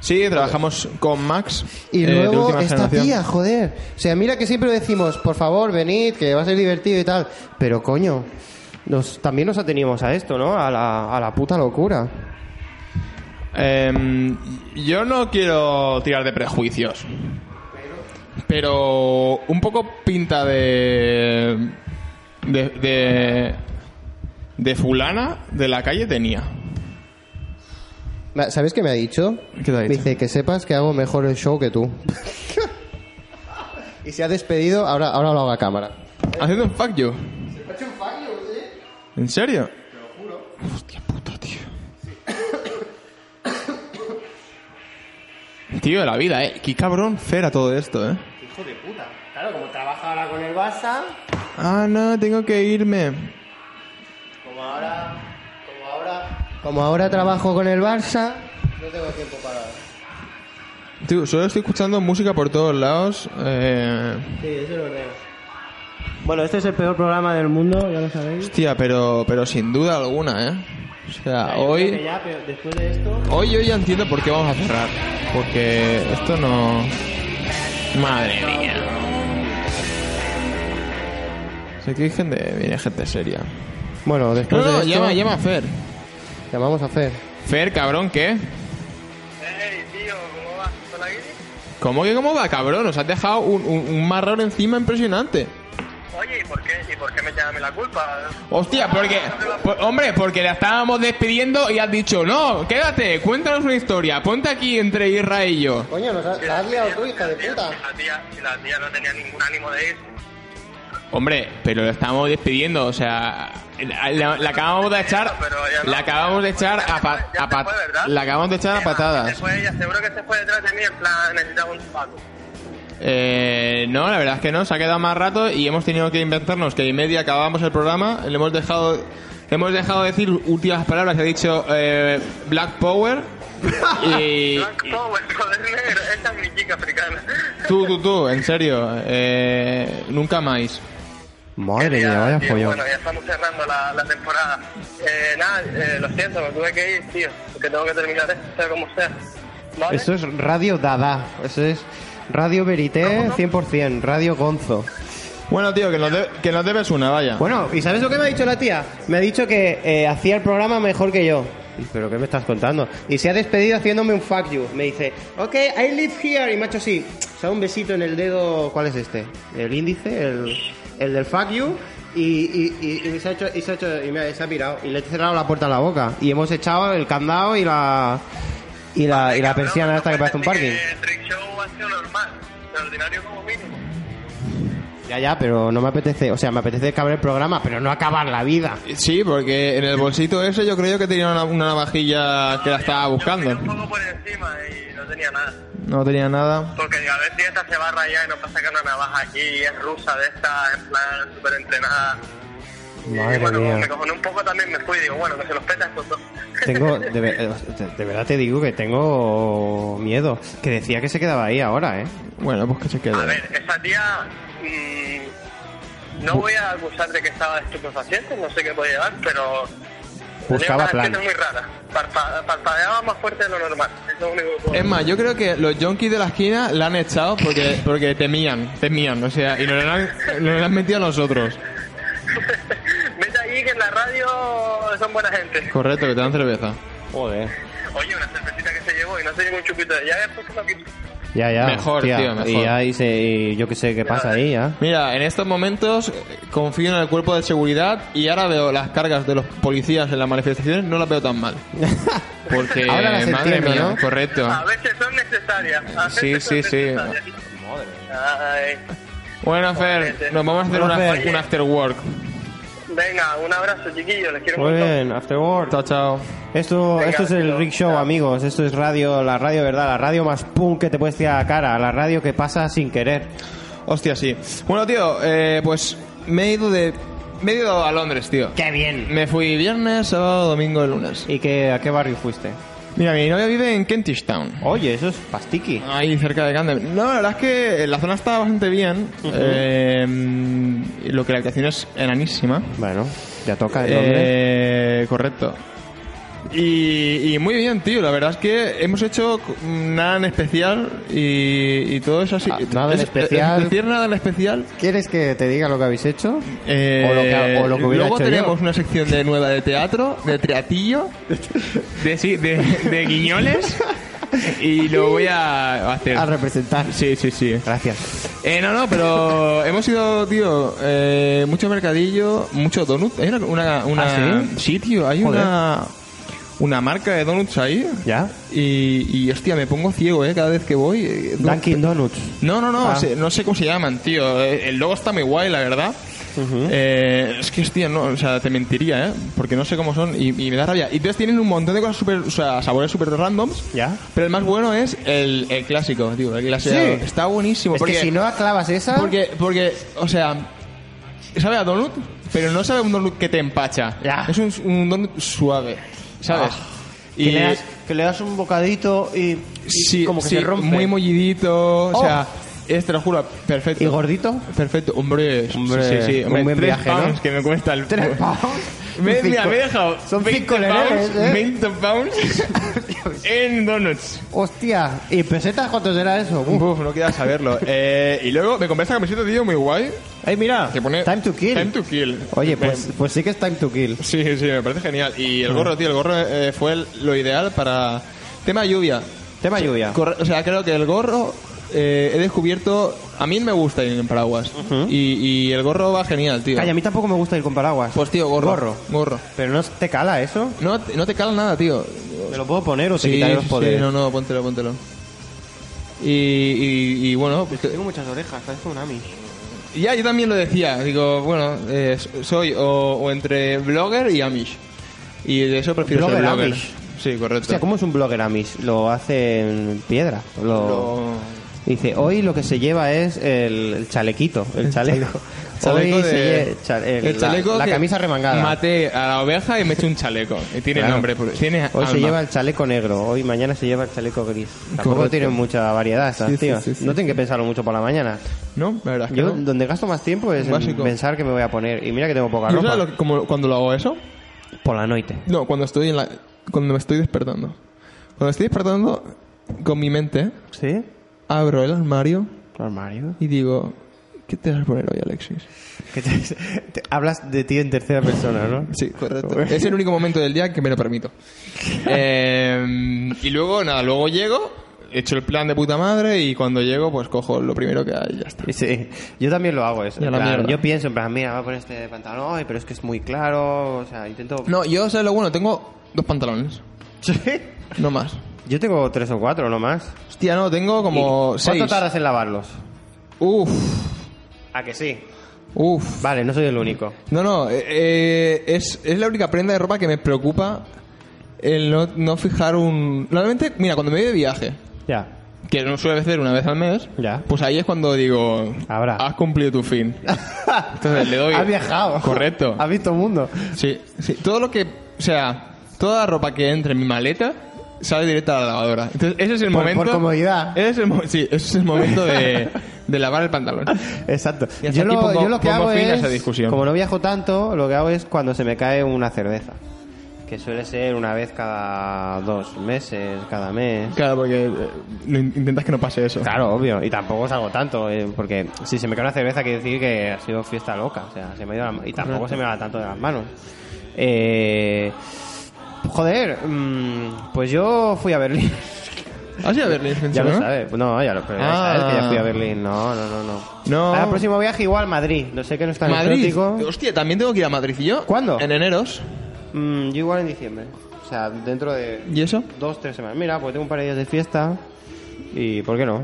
Sí, trabajamos con Max.
Y
eh, de
luego
última
esta
generación.
tía, joder. O sea, mira que siempre decimos, por favor, venid, que va a ser divertido y tal. Pero coño, nos, también nos atenimos a esto, ¿no? A la, a la puta locura.
Em, yo no quiero tirar de prejuicios. Pero un poco pinta de. de. de, de fulana de la calle tenía.
Ma- ¿Sabes qué me ha dicho?
¿Qué te ha
Me
dicho?
dice que sepas que hago mejor el show que tú. y se ha despedido, ahora, ahora lo hago a cámara.
Haciendo un fuck you. ¿En serio? Te lo juro. Hostia puta, tío. tío de la vida, eh. Qué cabrón fera todo esto, eh.
Hijo de puta. Claro, como trabaja ahora con el Barça,
Ah, no, tengo que irme.
como ahora. como ahora. Como ahora trabajo con el Barça. No tengo tiempo para.
Tío, solo estoy escuchando música por todos lados. Eh...
Sí, eso lo creo. Bueno, este es el peor programa del mundo, ya lo sabéis.
Hostia, pero, pero sin duda alguna, eh. O sea,
Yo creo que
hoy.
ya, pero después de esto.
Hoy yo ya entiendo por qué vamos a cerrar. Porque esto no. Madre mía. O sea, que hay gente, viene gente seria.
Bueno, después
No, no,
de esto.
llama, llama a Fer.
Llamamos a Fer.
Fer, cabrón, ¿qué? ¿Cómo que cómo va, cabrón? Nos has dejado un, un, un marrón encima impresionante.
Oye, ¿y por qué? ¿Y por qué me llame la culpa?
Hostia, porque... por- hombre, porque la estábamos despidiendo y has dicho, no, quédate, cuéntanos una historia, ponte aquí entre Irra y yo.
Coño, nos ha- la has liado tú, hija de puta.
La tía, si la tía no tenía ningún ánimo de ir.
Hombre, pero la estábamos despidiendo, o sea, la, la- la acabamos de echar, la acabamos de echar a, pa- a pa- la acabamos de echar a
Se
patadas.
fue ella, seguro que se fue detrás de mí en plan, necesitaba un zapato.
Eh, no, la verdad es que no, se ha quedado más rato y hemos tenido que inventarnos que y media acabamos el programa, le hemos dejado, le hemos dejado decir últimas palabras, ha dicho eh, Black Power y
Black Power, joder negro, esa es mi chica africana.
tú, tú, tú, en serio, eh, nunca más.
Madre
Ya,
mía, vaya
tío,
follón.
Bueno, ya estamos cerrando la, la temporada. Eh, nada, eh, lo siento, me tuve que ir, tío, porque tengo que terminar esto, sea como sea. ¿Vale?
Eso es Radio Dada. Eso es Radio Verité 100%, Radio Gonzo.
Bueno, tío, que nos, de- que nos debes una, vaya.
Bueno, ¿y sabes lo que me ha dicho la tía? Me ha dicho que eh, hacía el programa mejor que yo. Y, ¿Pero qué me estás contando? Y se ha despedido haciéndome un fuck you. Me dice, ok, I live here. Y macho sí. O sea, un besito en el dedo. ¿Cuál es este? El índice, el, el del fuck you. Y, y, y- y se ha hecho, y se ha hecho, y me ha, se ha pirado. Y le he cerrado la puerta a la boca. Y hemos echado el candado y la. Y la, y la persiana hasta que parece un parking.
El trick show ha sido normal, extraordinario como mínimo.
Ya, ya, pero no me apetece. O sea, me apetece acabar el programa, pero no acabar la vida.
Sí, porque en el bolsito ese yo creo que tenía una, una navajilla que la estaba buscando.
Un poco por encima y no tenía nada.
No tenía nada.
Porque digo, a ver si esta se va a rayar y nos va a sacar una navaja aquí y es rusa de esta, en plan súper entrenada.
Madre
y bueno, como
mía.
me cojoné un poco también me fui. Digo, bueno, que se los peta estos dos.
Tengo, de, ve- eh, de- de verdad te digo que tengo miedo. Que decía que se quedaba ahí ahora, ¿eh?
Bueno, pues que se quede.
Esa tía... mm, no voy a acusar de que estaba estupefaciente, no sé qué podía dar, pero...
Buscaba
tenía
plan.
unas acciones muy raras. Parpa- parpadeaba más fuerte de lo normal. Es lo único que puedo
Es más, yo creo que los yonkis de la esquina la han echado porque, porque temían, temían, o sea, y nos la han, nos la han metido a nosotros.
Vete allí que en la radio son buena gente.
Correcto, que te dan cerveza.
Joder.
Oye, una cervecita que se llevó y no se llevó un chupito pues, de llaves porque no quiso.
Ya, ya.
Mejor,
hostia.
tío, mejor.
Y ahí se, y yo qué sé qué pasa ahí, ¿ya?
Mira, en estos momentos eh, confío en el cuerpo de seguridad y ahora veo las cargas de los policías en las manifestaciones, no las veo tan mal. Porque,
Ahora las
madre
entiendo,
mía,
¿no?
correcto.
A veces son necesarias. A veces
Sí,
son
sí, sí.
necesarias. Ay.
Bueno, Fer, nos vamos a hacer
Bueno,
una-
Fer.
un after work.
Venga, un abrazo, chiquillos. Les quiero
Muy
mucho.
bien, afterword.
Chao, chao.
Esto,
Venga,
esto es el
chao.
Rick Show, amigos. Esto es radio, la radio, ¿verdad? La radio más punk que te puedes tirar a la cara. La radio que pasa sin querer.
Hostia, sí. Bueno, tío, eh, pues me he ido de... Me he ido a Londres, tío.
¡Qué bien!
Me fui viernes, sábado, domingo y lunes.
¿Y qué, a qué barrio fuiste?
Mira, mi novia vive en Kentish Town.
Oye, eso es pastiqui.
Ahí cerca de Camden. No, la verdad es que eh, la zona está bastante bien. eh, lo que la habitación es enanísima.
Bueno, ya toca el hombre.
Eh, correcto. Y, y muy bien, tío. La verdad es que hemos hecho nada en especial y, y todo es así.
Ah, nada
Es-
en
eh,
especial.
es decir, nada en especial.
¿Quieres que te diga lo que habéis hecho?
Eh,
o, lo que, o lo que hubiera
luego
hecho
tenemos
yo.
una sección de nueva de teatro, de teatillo, de, sí, de, de guiñoles. Y lo voy a hacer.
A representar.
Sí, sí, sí.
Gracias.
Eh, no, no, pero hemos ido, tío, eh, mucho mercadillo, mucho donut. Hay una, una, una-
¿Ah,
sí? tío, hay
Joder.
una una marca de donuts ahí.
¿Ya?
Y, y hostia, me pongo ciego, eh, cada vez que voy. Eh,
Dunkin' Donuts.
No, no, no,
Ah.
sé- no sé cómo se llaman, tío. Eh, El logo está muy guay, la verdad. Eh, es que, hostia, no, o sea, te mentiría, ¿eh? Porque no sé cómo son y, y me da rabia. Y entonces tienen un montón de cosas súper, o sea, sabores súper randoms.
¿Ya?
Pero el más bueno es el, el clásico, tío. El glaseado.
Sí.
Está buenísimo.
Es
porque
que si no aclavas esa...
porque, porque, o sea, sabe a donut, pero no sabe a un donut que te empacha.
Ya. Ah,
Es un, un donut suave, ¿sabes?
Que, le das, que le das un bocadito y, y
sí,
como que
sí,
se rompe.
muy mollidito, o
Oh.
sea, es, te lo juro, perfecto.
¿Y gordito?
Perfecto, hombre,
Hombre,
sí, sí, sí.
un
hombre,
buen
tres
viaje, ¿no?
pounds que me cuesta el...
Tres pounds.
Me,
Cinco.
mira, me he dejado
Son
20
cinco
pounds,
lereles, ¿eh?
20 pounds en donuts.
Hostia, ¿y pesetas cuánto será eso? Uf.
Uf, no queda saberlo. Eh, y luego me compré esta camiseta, tío, muy guay.
Ey, mira,
Que pone
time to kill.
Time to kill.
Oye,
Me-
pues, pues sí que es time to kill.
Sí, sí, me parece genial. Y el gorro, tío, el gorro eh, fue el- lo ideal para... Tema lluvia.
Tema lluvia.
Corre- o sea, creo que el gorro eh, he descubierto... A mí me gusta ir en paraguas. y, y el gorro va genial, tío.
Calla, a mí tampoco me gusta ir con paraguas.
Pues, tío, gorro.
Gorro.
Gorro.
Pero no te cala eso.
No, te- no te cala nada, tío.
¿Me lo puedo poner o te
Sí,
quitaré los
sí,
poderes?
no, no, póntelo, póntelo. Y, y, y bueno, pues,
Tengo muchas orejas, parece un Amish.
ya yo también lo decía. Digo, bueno, eh, soy o, o entre blogger y amish. Y de eso prefiero ser
Blogger
blogger.
Amish.
Sí, correcto.
Hostia, ¿cómo es un blogger Amish? Lo hace en piedra. Lo...
Lo-
Dice, hoy lo que se lleva es el, el chalequito, el chaleco.
Chaleco
Hoy
de-
se lle- cha- el-
eh, el chaleco
la, la
que
camisa remangada.
Maté a la oveja y me eché un chaleco. Y tiene
Claro.
nombre, por- tiene
Hoy se
alma.
lleva el chaleco negro, hoy mañana se lleva el chaleco gris. Tampoco
Correcto.
tienen mucha variedad estas,
Sí, sí,
tío.
sí, sí.
No tienen que pensarlo mucho por la mañana.
No, la verdad es que
Yo
no.
donde gasto más tiempo es en
Básico.
pensar que me voy a poner. Y mira que tengo poca
¿Yo
ropa.
sabes lo que- como cuando lo hago eso?
Por la noche.
No, cuando estoy en la... Cuando me estoy despertando. Cuando estoy despertando, con mi mente,
¿Sí?
abro el armario
Armario.
y digo... ¿Qué te vas a poner hoy, Alexis?
Que te- te- hablas de ti en tercera persona, ¿no?
Sí, correcto. es el único momento del día que me lo permito. Eh, y luego, nada, luego llego, echo el plan de puta madre y cuando llego, pues cojo lo primero que hay y ya está.
Sí, yo también lo hago eso.
Ya
en
la
plan,
mierda.
yo pienso, en plan, mira, voy a poner este pantalón, ay, pero es que es muy claro, o sea, intento...
No, yo, ¿sabes lo bueno? Tengo dos pantalones,
Sí.
no más.
Yo tengo tres o cuatro, no más.
Hostia, no, tengo como
¿Y
seis.
¿Cuánto tardas en lavarlos?
Uf,
¿A que sí?
uf.
Vale, no soy el único.
No, no, eh, eh, es, es la única prenda de ropa que me preocupa el no, no fijar un... Realmente, mira, cuando me voy de viaje,
Ya.
que no suele ser una vez al mes, pues ahí es cuando digo, has cumplido tu fin. Entonces le doy...
Has viajado.
Correcto.
Has visto mundo.
Sí, sí. Todo lo que... O sea, toda la ropa que entre en mi maleta sale directa a la lavadora. Entonces ese es el
Por-
momento...
por comodidad.
Ese es el, mo- sí, ese es el momento de, de lavar el pantalón.
Exacto.
Y hasta
Yo
aquí
lo,
pongo-
yo lo que
pongo
hago
fin a
es,
esa discusión.
Como no viajo tanto, lo que hago es cuando se me cae una cerveza. Que suele ser una vez cada dos meses, cada mes.
Claro, porque eh, intentas que no pase eso.
Claro, obvio. Y tampoco salgo tanto, eh, porque si se me cae una cerveza quiere decir que ha sido fiesta loca. O sea, se me ha ido la ma- y tampoco
Correcto.
se me va tanto de las manos. Eh, joder, mm, pues yo fui a Berlín.
¿Has ido a Berlín?
Ya lo
¿no?
sabes. No, ya lo pero ya
Ah.
sabes que ya fui a Berlín. No, no, no, no.
No.
Ahora, próximo viaje igual Madrid. No sé que no está en
Madrid. Hostia, también tengo que ir a Madrid. ¿Y yo? ¿Cuándo? En eneros.
Mm, yo igual en diciembre. O sea, dentro de...
¿Y eso?
Dos, tres semanas. Mira, pues tengo un par de días de fiesta. ¿Y por qué no?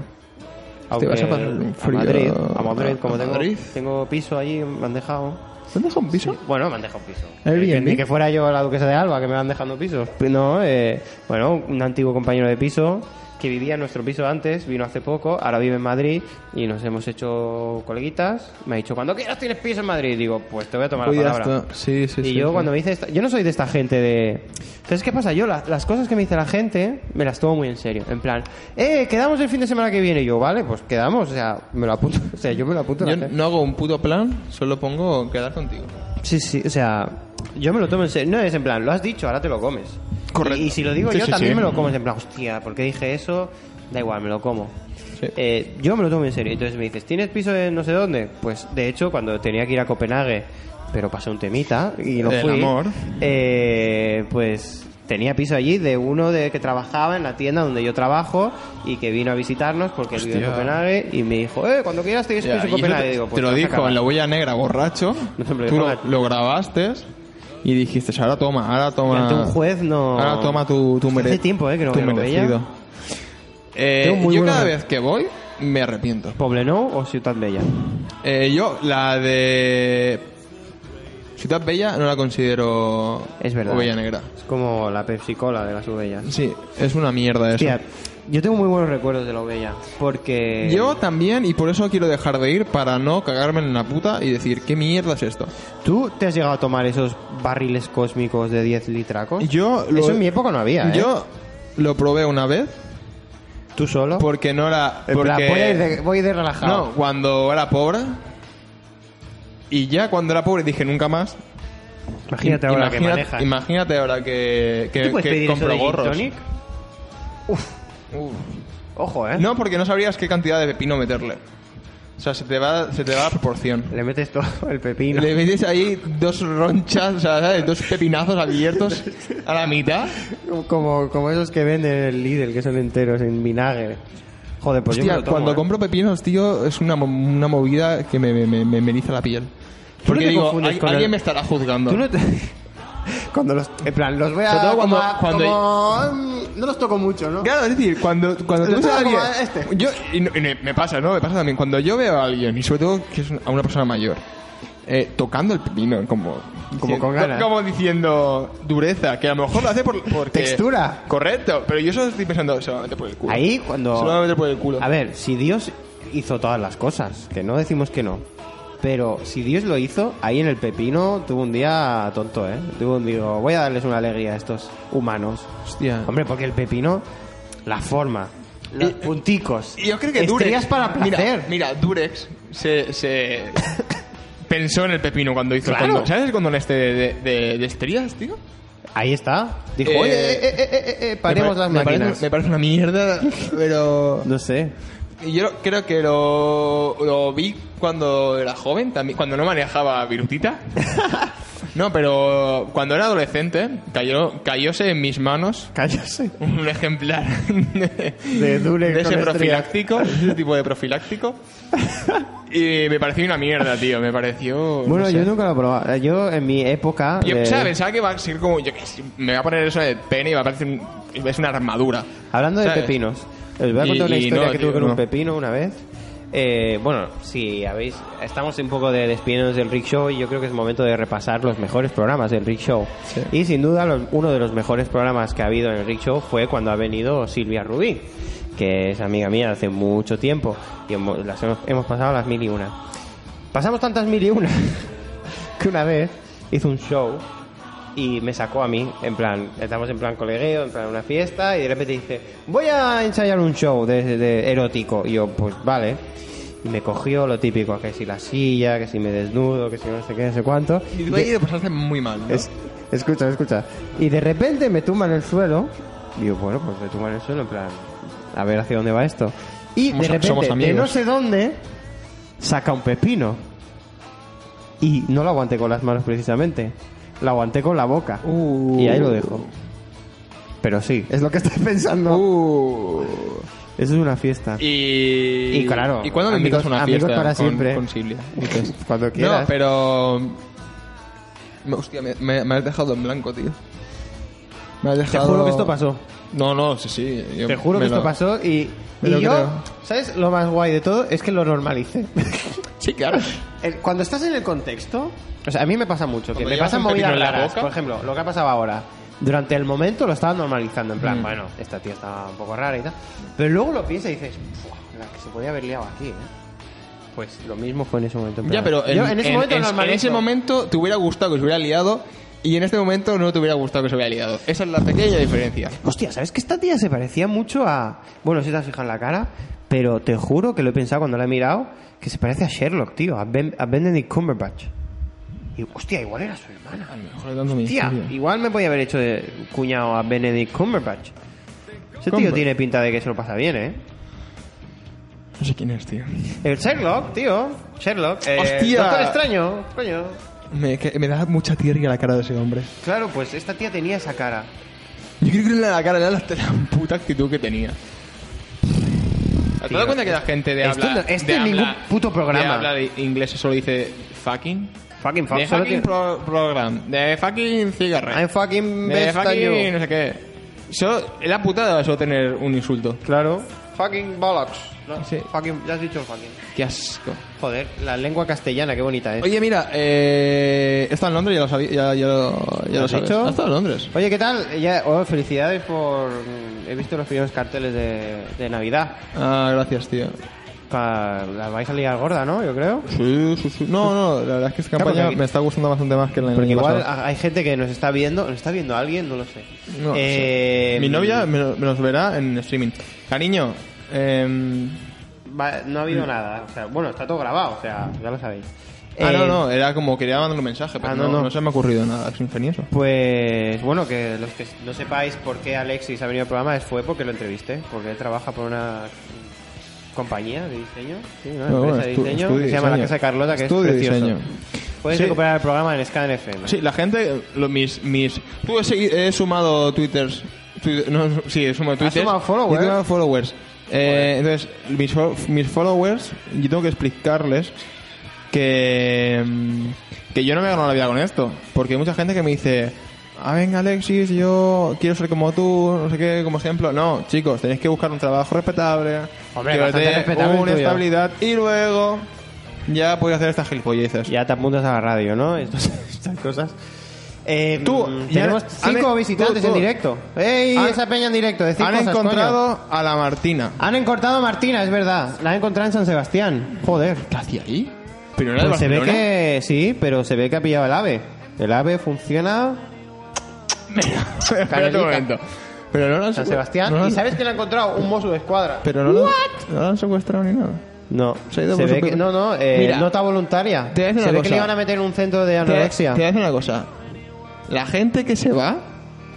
vas a pasar un frío
a Madrid, a Madrid,
a
como tengo,
Madrid.
tengo piso allí, me han dejado.
¿Me han dejado un piso?
Bueno, me han dejado un piso.
Airbnb.
Que- Ni que fuera yo la duquesa de Alba, que me van dejando pisos. No, eh, bueno, un antiguo compañero de piso que vivía en nuestro piso antes, vino hace poco, ahora vive en Madrid y nos hemos hecho coleguitas. Me ha dicho, cuando quieras tienes piso en Madrid. Digo, pues te voy a tomar
Uy,
la
ya
palabra.
está. Sí, sí,
y
sí,
yo
sí.
cuando me dice esta- yo no soy de esta gente de entonces qué pasa yo la- las cosas que me dice la gente me las tomo muy en serio en plan eh quedamos el fin de semana que viene y yo vale pues quedamos o sea me lo apunto o sea yo me lo apunto en
Yo
la agenda.
no hago un puto plan, solo pongo quedar contigo.
sí sí o sea yo me lo tomo en serio no es en plan lo has dicho ahora te lo comes correcto y, y si lo digo
Sí,
yo
sí,
también
sí.
me lo como en plan hostia porque dije eso da igual me lo como Eh, yo me lo tomo en serio entonces me dices tienes piso en no sé dónde pues de hecho cuando tenía que ir a Copenhague pero pasó un temita y no
El
fui
amor.
eh, pues tenía piso allí de uno de que trabajaba en la tienda donde yo trabajo y que vino a visitarnos porque él vive en
Hostia.
Copenhague y me dijo, eh, cuando quieras
Ya,
te piso en
y eso
Copenhague.
te,
Digo, pues
te lo
vas a
dijo
cagar.
en la huella negra, borracho.
lo
Tú
dijo
lo, lo grabaste y dijiste, ahora toma, ahora toma.
Ante un juez no-
Ahora toma tu, tu mere-
Hace tiempo, eh, que no
tu
veo huella.
merecido. Eh,
Tengo muy
yo
buena
cada
memoria.
vez que voy me arrepiento.
¿Poblenou o Ciudad Bella?
Eh, yo, la de. Ciudad Bella no la considero.
Es verdad.
Huella negra.
Es como la Pepsi Cola de las Ubellas.
Sí, es una mierda eso.
Hostia, yo tengo muy buenos recuerdos de la Ubella porque...
Yo también, y por eso quiero dejar de ir, para no cagarme en la puta y decir, ¿qué mierda es esto?
¿Tú te has llegado a tomar esos barriles cósmicos de 10 litracos?
Yo lo-
Eso en mi época no había, ¿eh?
Yo lo probé una vez.
¿Tú solo?
Porque no era...
Oh. En plan,
porque-
voy, a ir de, voy a ir de relajado.
No, cuando era pobre. Y ya cuando era pobre dije, nunca más.
Imagínate ahora que manejas.
Imagínate ahora que, que,
¿Tú puedes
que
pedir eso
compro
de gin
gorros.
tonic? Ojo, ¿eh?
No, porque no sabrías qué cantidad de pepino meterle. O sea, se te va, se te va la proporción.
Le metes todo el pepino.
Le metes ahí dos ronchas, o sea, ¿sabes? dos pepinazos abiertos a la mitad.
Como, como esos que venden en el Lidl, que son enteros, en vinagre. Joder, pues
Hostia,
yo me lo tomo,
cuando
¿eh?
compro pepinos, tío, es una, mo- una movida que me, me, me, me- me eriza la piel. Porque
te
digo,
confundes
"Al-
con
alguien
el-
me estará juzgando. Ah,
Tú no te- Cuando los... En plan, los voy a...
Sobre todo cuando-
tomar
cuando-
como- mm, No los toco mucho, ¿no?
Claro, es decir, cuando, cuando tú
Lo
ves a
tengo
alguien...
como a este.
Yo, y, no- y me- me pasa, ¿no? Me pasa también. Cuando yo veo a alguien, y sobre todo que es un- a una persona mayor, eh, tocando el pepino, como... diciendo-
con ganas.
Como diciendo dureza, que a lo mejor lo hace por, porque...
Textura.
Correcto, pero yo solo estoy pensando, se lo va a meter por el culo.
Ahí cuando...
Se lo va a meter por el culo.
A ver, si Dios hizo todas las cosas, que no decimos que no. Pero si Dios lo hizo, ahí en el pepino tuvo un día tonto, ¿eh? Tuvo un digo, voy a darles una alegría a estos humanos.
Hostia.
Hombre, porque el pepino, la forma, los punticos.
Y Yo creo que Durex...
Estrellas para placer.
Mira, mira, Durex se... se pensó en el pepino cuando hizo
Claro.
el condón. ¿Sabes el condón este de, de, de- de estrías, tío?
Ahí está. Dijo,
Eh,
oye, eh, eh, eh, eh, eh,
Me
paremos
pare-
las
me parece-
máquinas.
me parece una mierda, pero...
No sé.
Y Yo creo que lo, lo vi cuando era joven, también cuando no manejaba virutita. No, pero cuando era adolescente, cayó, cayóse en mis manos
Cállase.
un ejemplar de,
De Durex
de ese
con
profiláctico, de ese tipo de profiláctico. Y me pareció una mierda, tío, me pareció... no
Bueno,
sé.
yo nunca Eh. lo he probado. Yo, en mi época...
Yo
de-
¿sabes? pensaba que va a ser como... Yo, qué sé, me va a poner eso de pene y va a parecer... un- es una armadura.
Hablando de
¿sabes?
pepinos, os voy a
Y-
contar una
y
historia
no,
que
tío,
tuve con
no.
un pepino una vez. Eh, bueno, si habéis, estamos un poco de despidiéndonos del Rick Show y yo creo que es momento de repasar los mejores programas del Rick Show. Y sin duda, los- uno de los mejores programas que ha habido en el Rick Show fue cuando ha venido Silvia Rubí, que es amiga mía hace mucho tiempo y hemos, las hemos, hemos pasado las mil y una. Pasamos tantas mil y una que una vez hizo un show y me sacó a mí, en plan, estamos en plan colegueo, en plan una fiesta y de repente dice, voy a ensayar un show de, de erótico. Y yo, pues vale. Y me cogió lo típico, que si la silla, que si me desnudo, que si no sé qué, no sé cuánto.
Y tú ahí de pasarte muy mal. ¿no?
Es- escucha, escucha. Y de repente me tumba en el suelo. Y yo, bueno, pues me tumba en el suelo, en plan, a ver hacia dónde va esto. Y
Somos-
de
somos
repente, de
amigos.
no sé dónde, saca un pepino. Y no lo aguanté con las manos precisamente. Lo aguanté con la boca.
Uh.
Y ahí lo dejo. Pero sí, es lo que estoy pensando. Eso es una fiesta.
Uh. Y...
Y claro,
¿Y cuándo me invitas a una
amigos-
fiesta?
amigos para
con-
siempre.
Con Silvia. Dices,
Cuando
No,
quieras.
pero. Me- Hostia, me, me- me has dejado en blanco, tío. Me has dejado.
juro que esto pasó.
No, no, sí, sí. yo
Te juro
me
que esto
lo-
pasó y,
me
y
lo
yo,
creo.
¿sabes? Lo más guay de todo es que lo normalicé.
Sí, claro.
El- Cuando estás en el contexto, o sea, a mí me pasa mucho, que
Cuando
me
llevas
pasan
un pepino
movidas
en la
raras.
boca.
Por ejemplo, lo que ha pasado ahora. Durante el momento lo estaba normalizando, en
Mm.
plan, bueno, esta tía está un poco rara y tal. Pero luego lo piensas y dices, "Buah, la que se podía haber liado aquí, ¿eh?". Pues lo mismo fue en ese momento. en
Ya,
plan,
pero en,
yo en ese momento
en- en
normalizo.
ese momento te hubiera gustado que se hubiera liado y en este momento no te hubiera gustado que se hubiera liado. Esa es la pequeña diferencia.
Hostia, ¿sabes que esta tía se parecía mucho a. Bueno, si te has fijado en la cara, pero te juro que lo he pensado cuando la he mirado, que se parece a Sherlock, tío, a, ben, a Benedict Cumberbatch. Y hostia, igual era su hermana. Tía, igual me podía haber hecho de cuñado a Benedict Cumberbatch. Ese tío
Cumber-
tiene pinta de que se lo pasa bien, ¿eh?
No sé quién es, tío.
El Sherlock, tío. Sherlock. Eh,
Hostia.
Doctor extraño, coño.
Me, que- me da mucha tierra la cara de ese hombre.
Claro, pues esta tía tenía esa cara.
Yo creo que era la cara, era la, la puta actitud que tenía. ¿Te das
Tío,
cuenta que la gente de
esto
habla...
no- esto
de
en ningún
habla-
puto programa.
De habla de inglés solo dice fucking?
Fucking fuck.
De
solo
fucking
tiene-
pro- program. De fucking cigarra.
I'm fucking
De
best on
fucking
you.
no sé qué. Solo, era putada solo tener un insulto.
Claro. Fucking bollocks. No,
Sí.
fucking, ya has dicho el fucking.
Qué asco.
Joder, la lengua castellana, qué bonita es.
Oye, mira, eh, he estado en Londres, ya lo, sabía, ya, ya lo, ya lo
has
sabes.
dicho?
¿Has estado en Londres?
Oye, ¿qué tal? Ya, oh, felicidades por... mm, He visto los primeros carteles de, de Navidad.
Ah, gracias, tío.
Pa- La vais a liar gorda, ¿no? Yo creo.
Sí, sí, sí. No, no, la verdad es que esta
Claro,
campaña
porque-
me está gustando bastante más que la del
Porque
año
igual
pasado.
ha- hay gente que nos está viendo. ¿Nos está viendo alguien? No lo sé.
ah, No,
Eh,
sí. Mi novia me, lo- me los verá en streaming. Cariño, eh,
va- no ha
Mm.
habido nada. O sea, bueno, está todo grabado, o sea, ya lo sabéis.
ah,
Eh,
no, no, era como quería mandar un mensaje, pero
ah, no,
no,
no.
no se me ha ocurrido nada, es ingenioso.
Pues bueno, que los que no sepáis por qué Alexis ha venido al programa es fue porque lo entrevisté, porque él trabaja por una compañía de diseño, sí, una
No,
empresa
bueno,
de
estu-
diseño
estudio
que se llama La
diseño.
Casa de Carlota, que
Estudio
es precioso.
diseño.
Puedes
Sí.
recuperar el programa en Scan FM.
Sí, la gente, lo- mis, mis, tú he, segui- he sumado twitters, Twitter- no, sí, he sumado twitters.
sumado followers?
He sumado followers. Eh, entonces, mis, fo- mis followers, yo tengo que explicarles que, mm, que yo no me he ganado la vida con esto, porque hay mucha gente que me dice, ah, venga Alexis, yo quiero ser como tú, no sé qué, como ejemplo. No, chicos, tenéis que buscar un trabajo respetable,
Hombre,
que os
bastante
dé
respetable el
una
tuyo.
estabilidad y luego ya podéis hacer estas gilipolleces.
Ya te apuntas a la radio, ¿no? Estas, estas cosas. Eh,
Tú,
mm,
Em, ya-
tenemos
han-
cinco
tú,
visitantes
tú.
en directo. ¡Ey!
Han-
esa peña en directo. decid
Han
cosas, coño.
encontrado a la Martina.
Han encontrado a Martina, es verdad. La han encontrado en San Sebastián. Joder.
¿Qué hacía ahí? Pero no era
Pues se
de
ve
Barcelona.
que sí, pero se ve que ha pillado el ave. El ave funciona
Espérate un
Canelica.
momento. Pero no la han
San
secue-
Sebastián.
no la han-
¿Y sabes que le ha encontrado? Un mozo de escuadra.
Pero no la, no la han secuestrado ni nada.
No,
Se ha ido
se
por su
ve que,
cuenta.
no, no, eh,
Mira,
nota voluntaria.
te voy a
Se
decir
ve
una
que
cosa.
le iban a meter en un centro de
Te, te
anorexia.
voy a decir una cosa. La gente que se va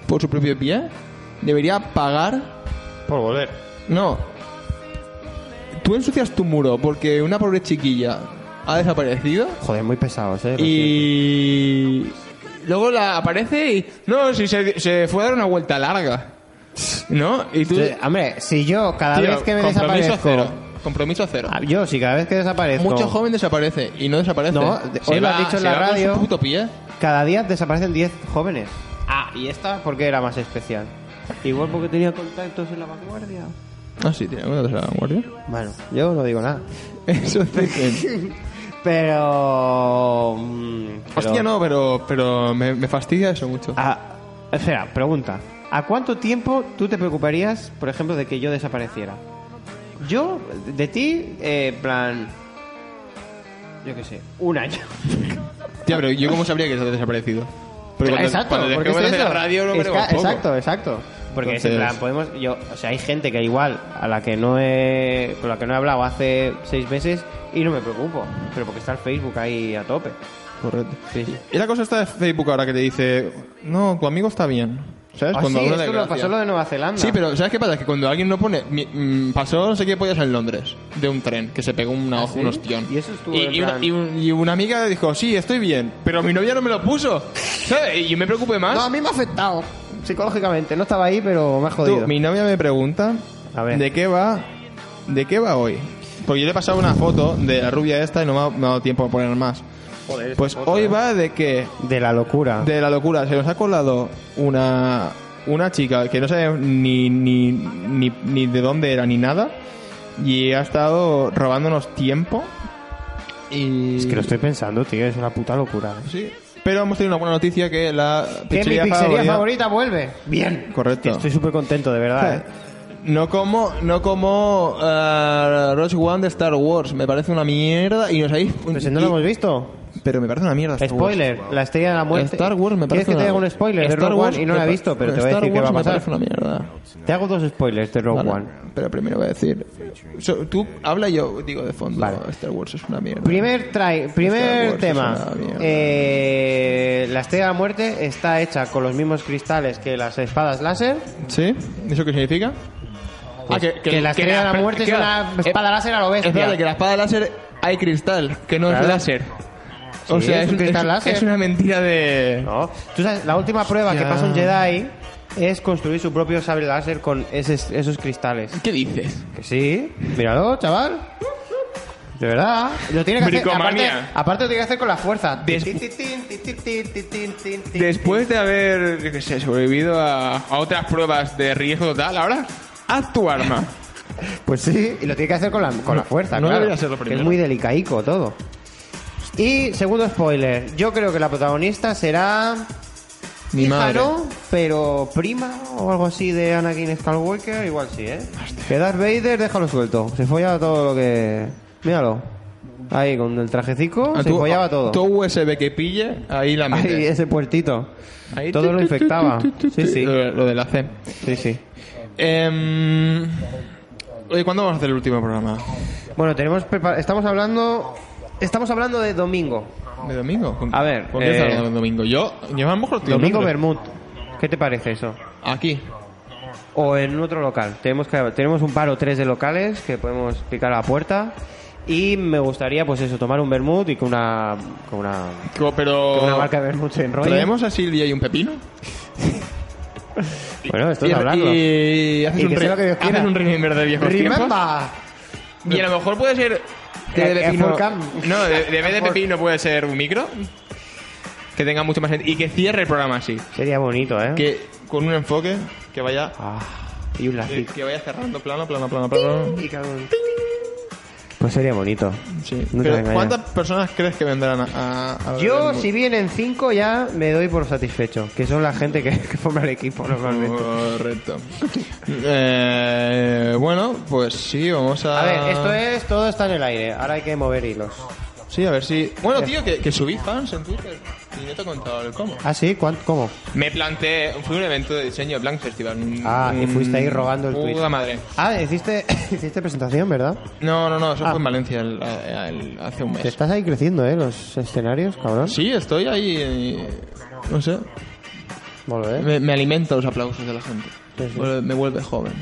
por su propio pie debería pagar.
Por volver.
No. Tú ensucias tu muro porque una pobre chiquilla ha desaparecido
Joder, muy pesados, eh. lo siento.
y. Luego la aparece y. No, si se, se fue a dar una vuelta larga. ¿No? Y tú.
Sí, hombre, si yo cada
Tío,
vez que me
compromiso
desaparezco.
cero. Compromiso cero.
Ah, Yo, si cada vez que desaparezco.
Mucho joven desaparece y no desaparece.
No, de- hoy lo has dicho en
se
la
va con
radio.
su puto pie.
Cada día desaparecen 10 jóvenes. Ah, y esta porque era más especial. Igual porque tenía contactos en la vanguardia.
Ah, sí, tiene una de la vanguardia.
Bueno, yo no digo nada.
Eso dicen.
Pero. mm, pero-
Hostia, no, pero, pero me, me fastidia eso mucho.
Ah, espera, pregunta. ¿A cuánto tiempo tú te preocuparías, por ejemplo, de que yo desapareciera? Yo, de ti, eh, plan. Yo qué sé, un año.
Tía, pero yo cómo sabría que eso ha desaparecido. Porque cuando-
exacto,
cuando
porque
dejemos de
es
hacer
eso.
radio no me
Esca-
tampoco.
Exacto, exacto. Porque
Entonces-
es en plan, podemos, yo, o sea, hay gente que igual a la que no he, con la que no he hablado hace seis meses y no me preocupo, pero porque está el Facebook ahí a tope.
Correcto.
Sí, sí.
Y la cosa está de Facebook ahora que te dice, no, tu amigo está bien. ¿Sabes?
Ah,
Cuando
sí,
da una
esto lo
desgracia.
pasó lo de Nueva Zelanda.
Sí, pero ¿sabes qué pasa? Es que cuando alguien no pone... mi- mm, pasó no sé qué pollas en Londres, de un tren, que se pegó
¿Ah,
una, un ostión. Y eso
estuvo
y,
en
una,
plan-
y un- y una amiga dijo, sí, estoy bien, pero mi novia no me lo puso. ¿Sabes? Y yo me preocupé más.
No, a mí me ha afectado psicológicamente. No estaba ahí, pero me ha
Tú,
jodido.
mi novia me pregunta de qué va de qué va hoy. Porque yo le he pasado una foto de la rubia esta y no me ha, me ha dado tiempo a poner más.
Joder, eh.
pues hoy va de que...
De la locura.
De la locura. Se nos ha colado una, una chica que no sabe ni, ni, ni, ni de dónde era ni nada. Y ha estado robándonos tiempo. Y...
Es que lo estoy pensando, tío, es una puta locura.
Sí. Pero hemos tenido una buena noticia que la
Que mi pizzería favorita vuelve. Bien.
Correcto.
Estoy súper contento, de verdad. ¿eh?
No como, no como eh, Rogue One de Star Wars. Me parece una mierda. Y nos habéis.
Pues no lo hemos visto.
Pero me parece una mierda. Star Wars.
Spoiler, la estrella de la muerte.
Star Wars me
¿Quieres
parece
que te
una-
haga un spoiler de
Star
Rogue
Wars
One? Y no la
me
he
pa-
visto, pero te voy a
Star
decir qué va
Wars
a
me
pasar.
parece una mierda.
Te hago dos spoilers de Rogue
Vale,
One.
Pero primero voy a decir. so- tú habla y yo digo de fondo. Star Wars es una mierda.
Primer, trai- primer
Star Wars
tema.
es una mierda.
Eh, la estrella de la muerte está hecha con los mismos cristales que las espadas láser.
¿Sí? ¿Eso qué significa?
Pues
Ah,
que la estrella de la muerte es una espada láser a lo bestia.
Espérate, que la espada láser hay cristal, que no
Claro.
es láser. O
Sí,
sea,
es un cristal láser.
es una mentira de.
No. Tú sabes, la última prueba que
Hostia.
pasa un Jedi es construir su propio sable láser con esos, esos cristales.
¿Qué dices?
Que sí. Míralo, chaval. De verdad. Lo tiene que hacer. Aparte,
Bricomania.
aparte lo tiene que hacer con la fuerza.
Des-
Tin, tin, tin, tin, tin, tin, tin, tin, tin, tin.
Después de haber, yo qué sé, sobrevivido a, a otras pruebas de riesgo total, ahora haz tu arma.
Pues sí, y lo tiene que hacer con la, con la fuerza,
No
claro.
debería ser lo
que
primero.
Es muy delicaico todo. Y segundo spoiler, yo creo que la protagonista será
Mi
hija
madre.
no, pero prima o algo así de Anakin Skywalker, igual sí, ¿eh? Que Darth Vader déjalo suelto, se follaba todo lo que míralo. Ahí con el trajecico
A
se
tu-
follaba
a
todo.
Tu USB que pille, ahí la metes.
Ahí ese puertito.
Ahí, tu,
todo lo
tu, tu,
infectaba.
tu, tu, tu,
Sí,
tu.
sí.
Lo, lo del AC.
Sí, sí.
Em, oye, ¿cuándo vamos a hacer el último programa?
Bueno, tenemos prepar- estamos hablando estamos hablando de domingo.
¿De domingo? ¿Con-
A ver,
¿Con quién
eh,
estás hablando el domingo? Yo, yo a lo mejor estoy en
Domingo
Londres.
Bermud. ¿Qué te parece eso?
Aquí.
O en otro local. Tenemos, que, tenemos un par o tres de locales que podemos picar a la puerta. Y me gustaría, pues eso, tomar un vermut y que una, que una,
Co- Pero.
que una marca de vermut se enrolle.
Oh. ¿Traemos a Silvia y un pepino?
Bueno, esto
Y-
es hablarlo.
Y haces
Y
un,
que sea
re-
lo que Dios quiera.
haces un remember de viejos tiempos.
¡Remember!
Y a lo mejor puede ser.
Eh,
de
eh,
pepino-
for cam.
No, de, de vez de
For-
pepino puede ser un micro. Que tenga mucho más sentido. Y que cierre el programa así.
Sería bonito, ¿eh?
Que con un enfoque que vaya.
Ah, y un
eh,
lacico.
que vaya cerrando plano, plano, plano, plano.
Y que haga un ting. Pues sería bonito.
Sí.
No te
Pero
engañes.
¿cuántas personas crees que vendrán a, a- a
Yo,
ver-
si vienen cinco, ya me doy por satisfecho. Que son la gente que, que forma el equipo normalmente.
Correcto. Eh, bueno, pues sí, vamos a.
A ver, esto es... Todo está en el aire. Ahora hay que mover hilos.
Sí, a ver si. Bueno, tío, que, que subí fans en Twitter. Y no te he contado el cómo.
¿Ah, sí? ¿Cuán- ¿Cómo?
Me planteé. Fue un evento de diseño Blank Festival. un-
Ah, y
un-
fuiste ahí rogando el
Puta
tweet.
madre.
Ah, hiciste, hiciste presentación, ¿verdad?
No, no, no, eso
Ah.
fue en Valencia el- el- hace un
Te
mes.
estás ahí creciendo, ¿eh? Los escenarios, cabrón.
Sí, estoy ahí. eh, No sé.
Molt bé.
Me, me alimento los aplausos de la gente.
¿Eh? Pues Sí, sí.
Vuelve- Me vuelve joven.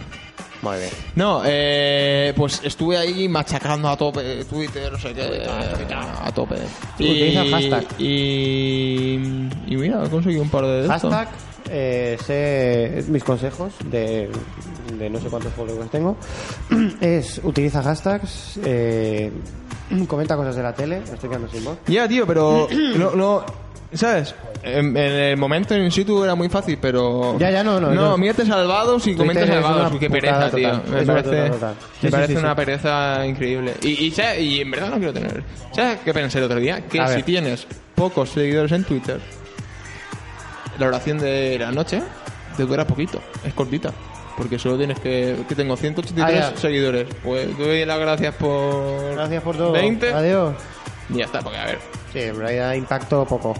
Muy bien.
No, eh, pues estuve ahí machacando a tope Twitter, no sé qué, eh, a tope.
Utiliza el hashtag.
y, y mira, he conseguido un par de de esto.
Hashtag, eh, sé mis consejos de, de no sé cuántos followers tengo. Es, utiliza hashtags, eh, comenta cosas de la tele. Me estoy quedando sin voz.
Ya, tío, pero no, no, ¿sabes? En, en el momento en situ era muy fácil, pero...
Ya, ya, no, no,
No,
no.
mírate salvados y comenta
Twitter es
salvados,
una
qué
putada
pereza, tío.
total.
Me
Es una putada
parece,
total. Sí,
me
sí,
parece
sí,
una
sí.
pereza increíble. Y, y, ¿sabes? y en verdad no quiero tener... ¿Sabes qué pensé el otro día? Que
A
si
ver.
tienes pocos seguidores en Twitter, la oración de la noche te dura poquito, es cortita. Porque solo tienes que... que tengo 183
Ah, ya.
seguidores. Pues te doy las gracias por...
Gracias por todo.
20.
Adiós.
Y ya está, porque a ver.
Sí, en
realidad impacto poco.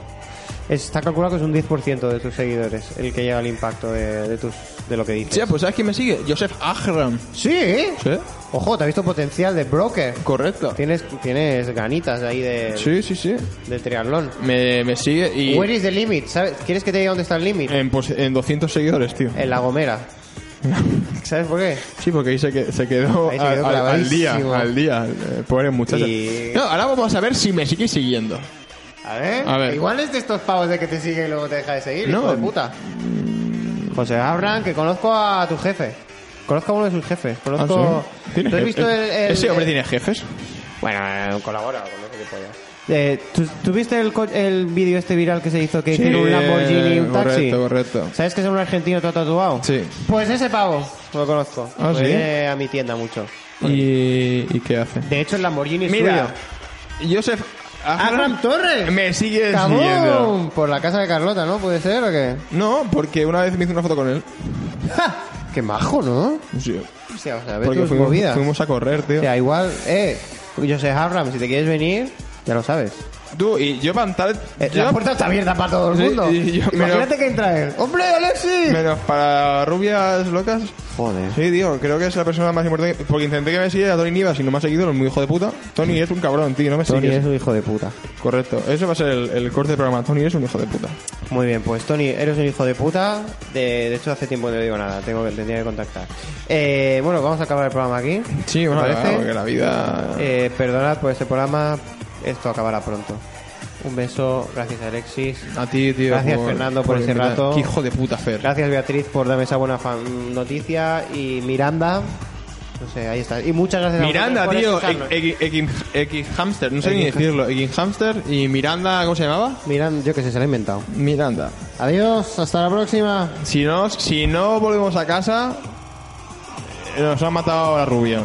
Está calculado que es un 10% de tus seguidores el que llega al impacto de, de tus, de lo que dices.
Sí, pues ¿sabes quién me sigue? Joseph Agram.
¿Sí? ¿eh?
Sí.
Ojo, te ha visto potencial de broker.
Correcto.
Tienes, tienes ganitas ahí de,
Sí, sí, sí.
de triatlón.
Me, me sigue y... Eh.
Where is the limit? ¿Sabes? ¿Quieres que te diga dónde está el límite?
En, pos- en 200 seguidores, tío.
En La Gomera. ¿Sabes por qué?
Sí, porque ahí se, que- se quedó,
Ahí se
al-
quedó
al, al día,
clavadísimo.
al día, eh, pobre muchacho.
Y-
No, ahora vamos a ver si me sigue siguiendo.
A ver,
A ver.
igual es de estos pavos de que te sigue y luego te deja de seguir,
No.
hijo de puta. José Abraham, que conozco a tu jefe. Conozco a uno de sus jefes. Conozco.
Ah, ¿sí? ¿Tiene
¿Tú has
jefes?
visto el, el-
¿Ese hombre
el-
tiene jefes?
Bueno, eh, colabora con ese tipo Eh, ¿tú, tú viste el, co- el vídeo este viral que se hizo que
Sí, eh,
hicieron un Lamborghini y un taxi?
Correcto, correcto.
¿Sabes que es un argentino todo tatuado?
Sí.
Pues ese pavo, lo conozco.
Ah, ¿sí?
Viene a mi tienda mucho.
¿Y, y qué hace?
De hecho, el Lamborghini Pues- es
Mira,
suyo.
Joseph
Abraham Torres.
me sigue
¡Cabón!
siguiendo.
Por la casa de Carlota, ¿no? ¿Puede ser o qué?
No, porque una vez me hice una foto con él.
¡Qué majo, ¿no?
Sí.
Hostia, o sea, ve
Porque
tus
fuimos,
movidas.
fuimos a correr, tío.
O sea, igual, eh, José Abraham, si te quieres venir, ya lo sabes.
Tú, y yo pantal...
Eh, la puerta está abierta para todo el
Sí,
mundo.
y yo-
Imagínate
menos-
que entra él. ¡Hombre, Alexis!
Menos para rubias locas.
Joder.
Sí, tío, creo que es la persona más importante. que- Porque intenté que me siguiera a Tony Nivas y no me ha seguido, es muy hijo de puta. Tony es un cabrón, tío, no me
Tony
sigues.
es un hijo de puta.
Correcto, ese va a ser el, el corte del programa. Tony es un hijo de puta.
Muy bien, pues Tony, eres un hijo de puta. De, de hecho, hace tiempo que no digo nada. Tengo que, tendría que contactar. Eh, bueno, vamos a acabar el programa aquí.
Sí,
¿te
bueno,
parece?
claro, porque la vida.
Eh, perdonad por este programa. Esto acabará pronto. Un beso. Gracias, Alexis.
A ti, tío.
gracias, Fernando, por ese
invitar.
rato.
Qué hijo de puta, Fer.
Gracias, Beatriz, por darme esa buena fan- noticia. Y Miranda. No sé, ahí está. Y muchas gracias a
Miranda,
vosotros
tío.
por escucharnos.
X- X X Hamster, no sé ni
X Hamster.
decirlo. X Hamster y Miranda, ¿cómo se llamaba?
Miranda, yo que sé, se la he inventado.
Miranda.
Adiós, hasta la próxima.
Si no, si no volvemos a casa, eh, nos ha matado la rubia.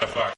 Thank you.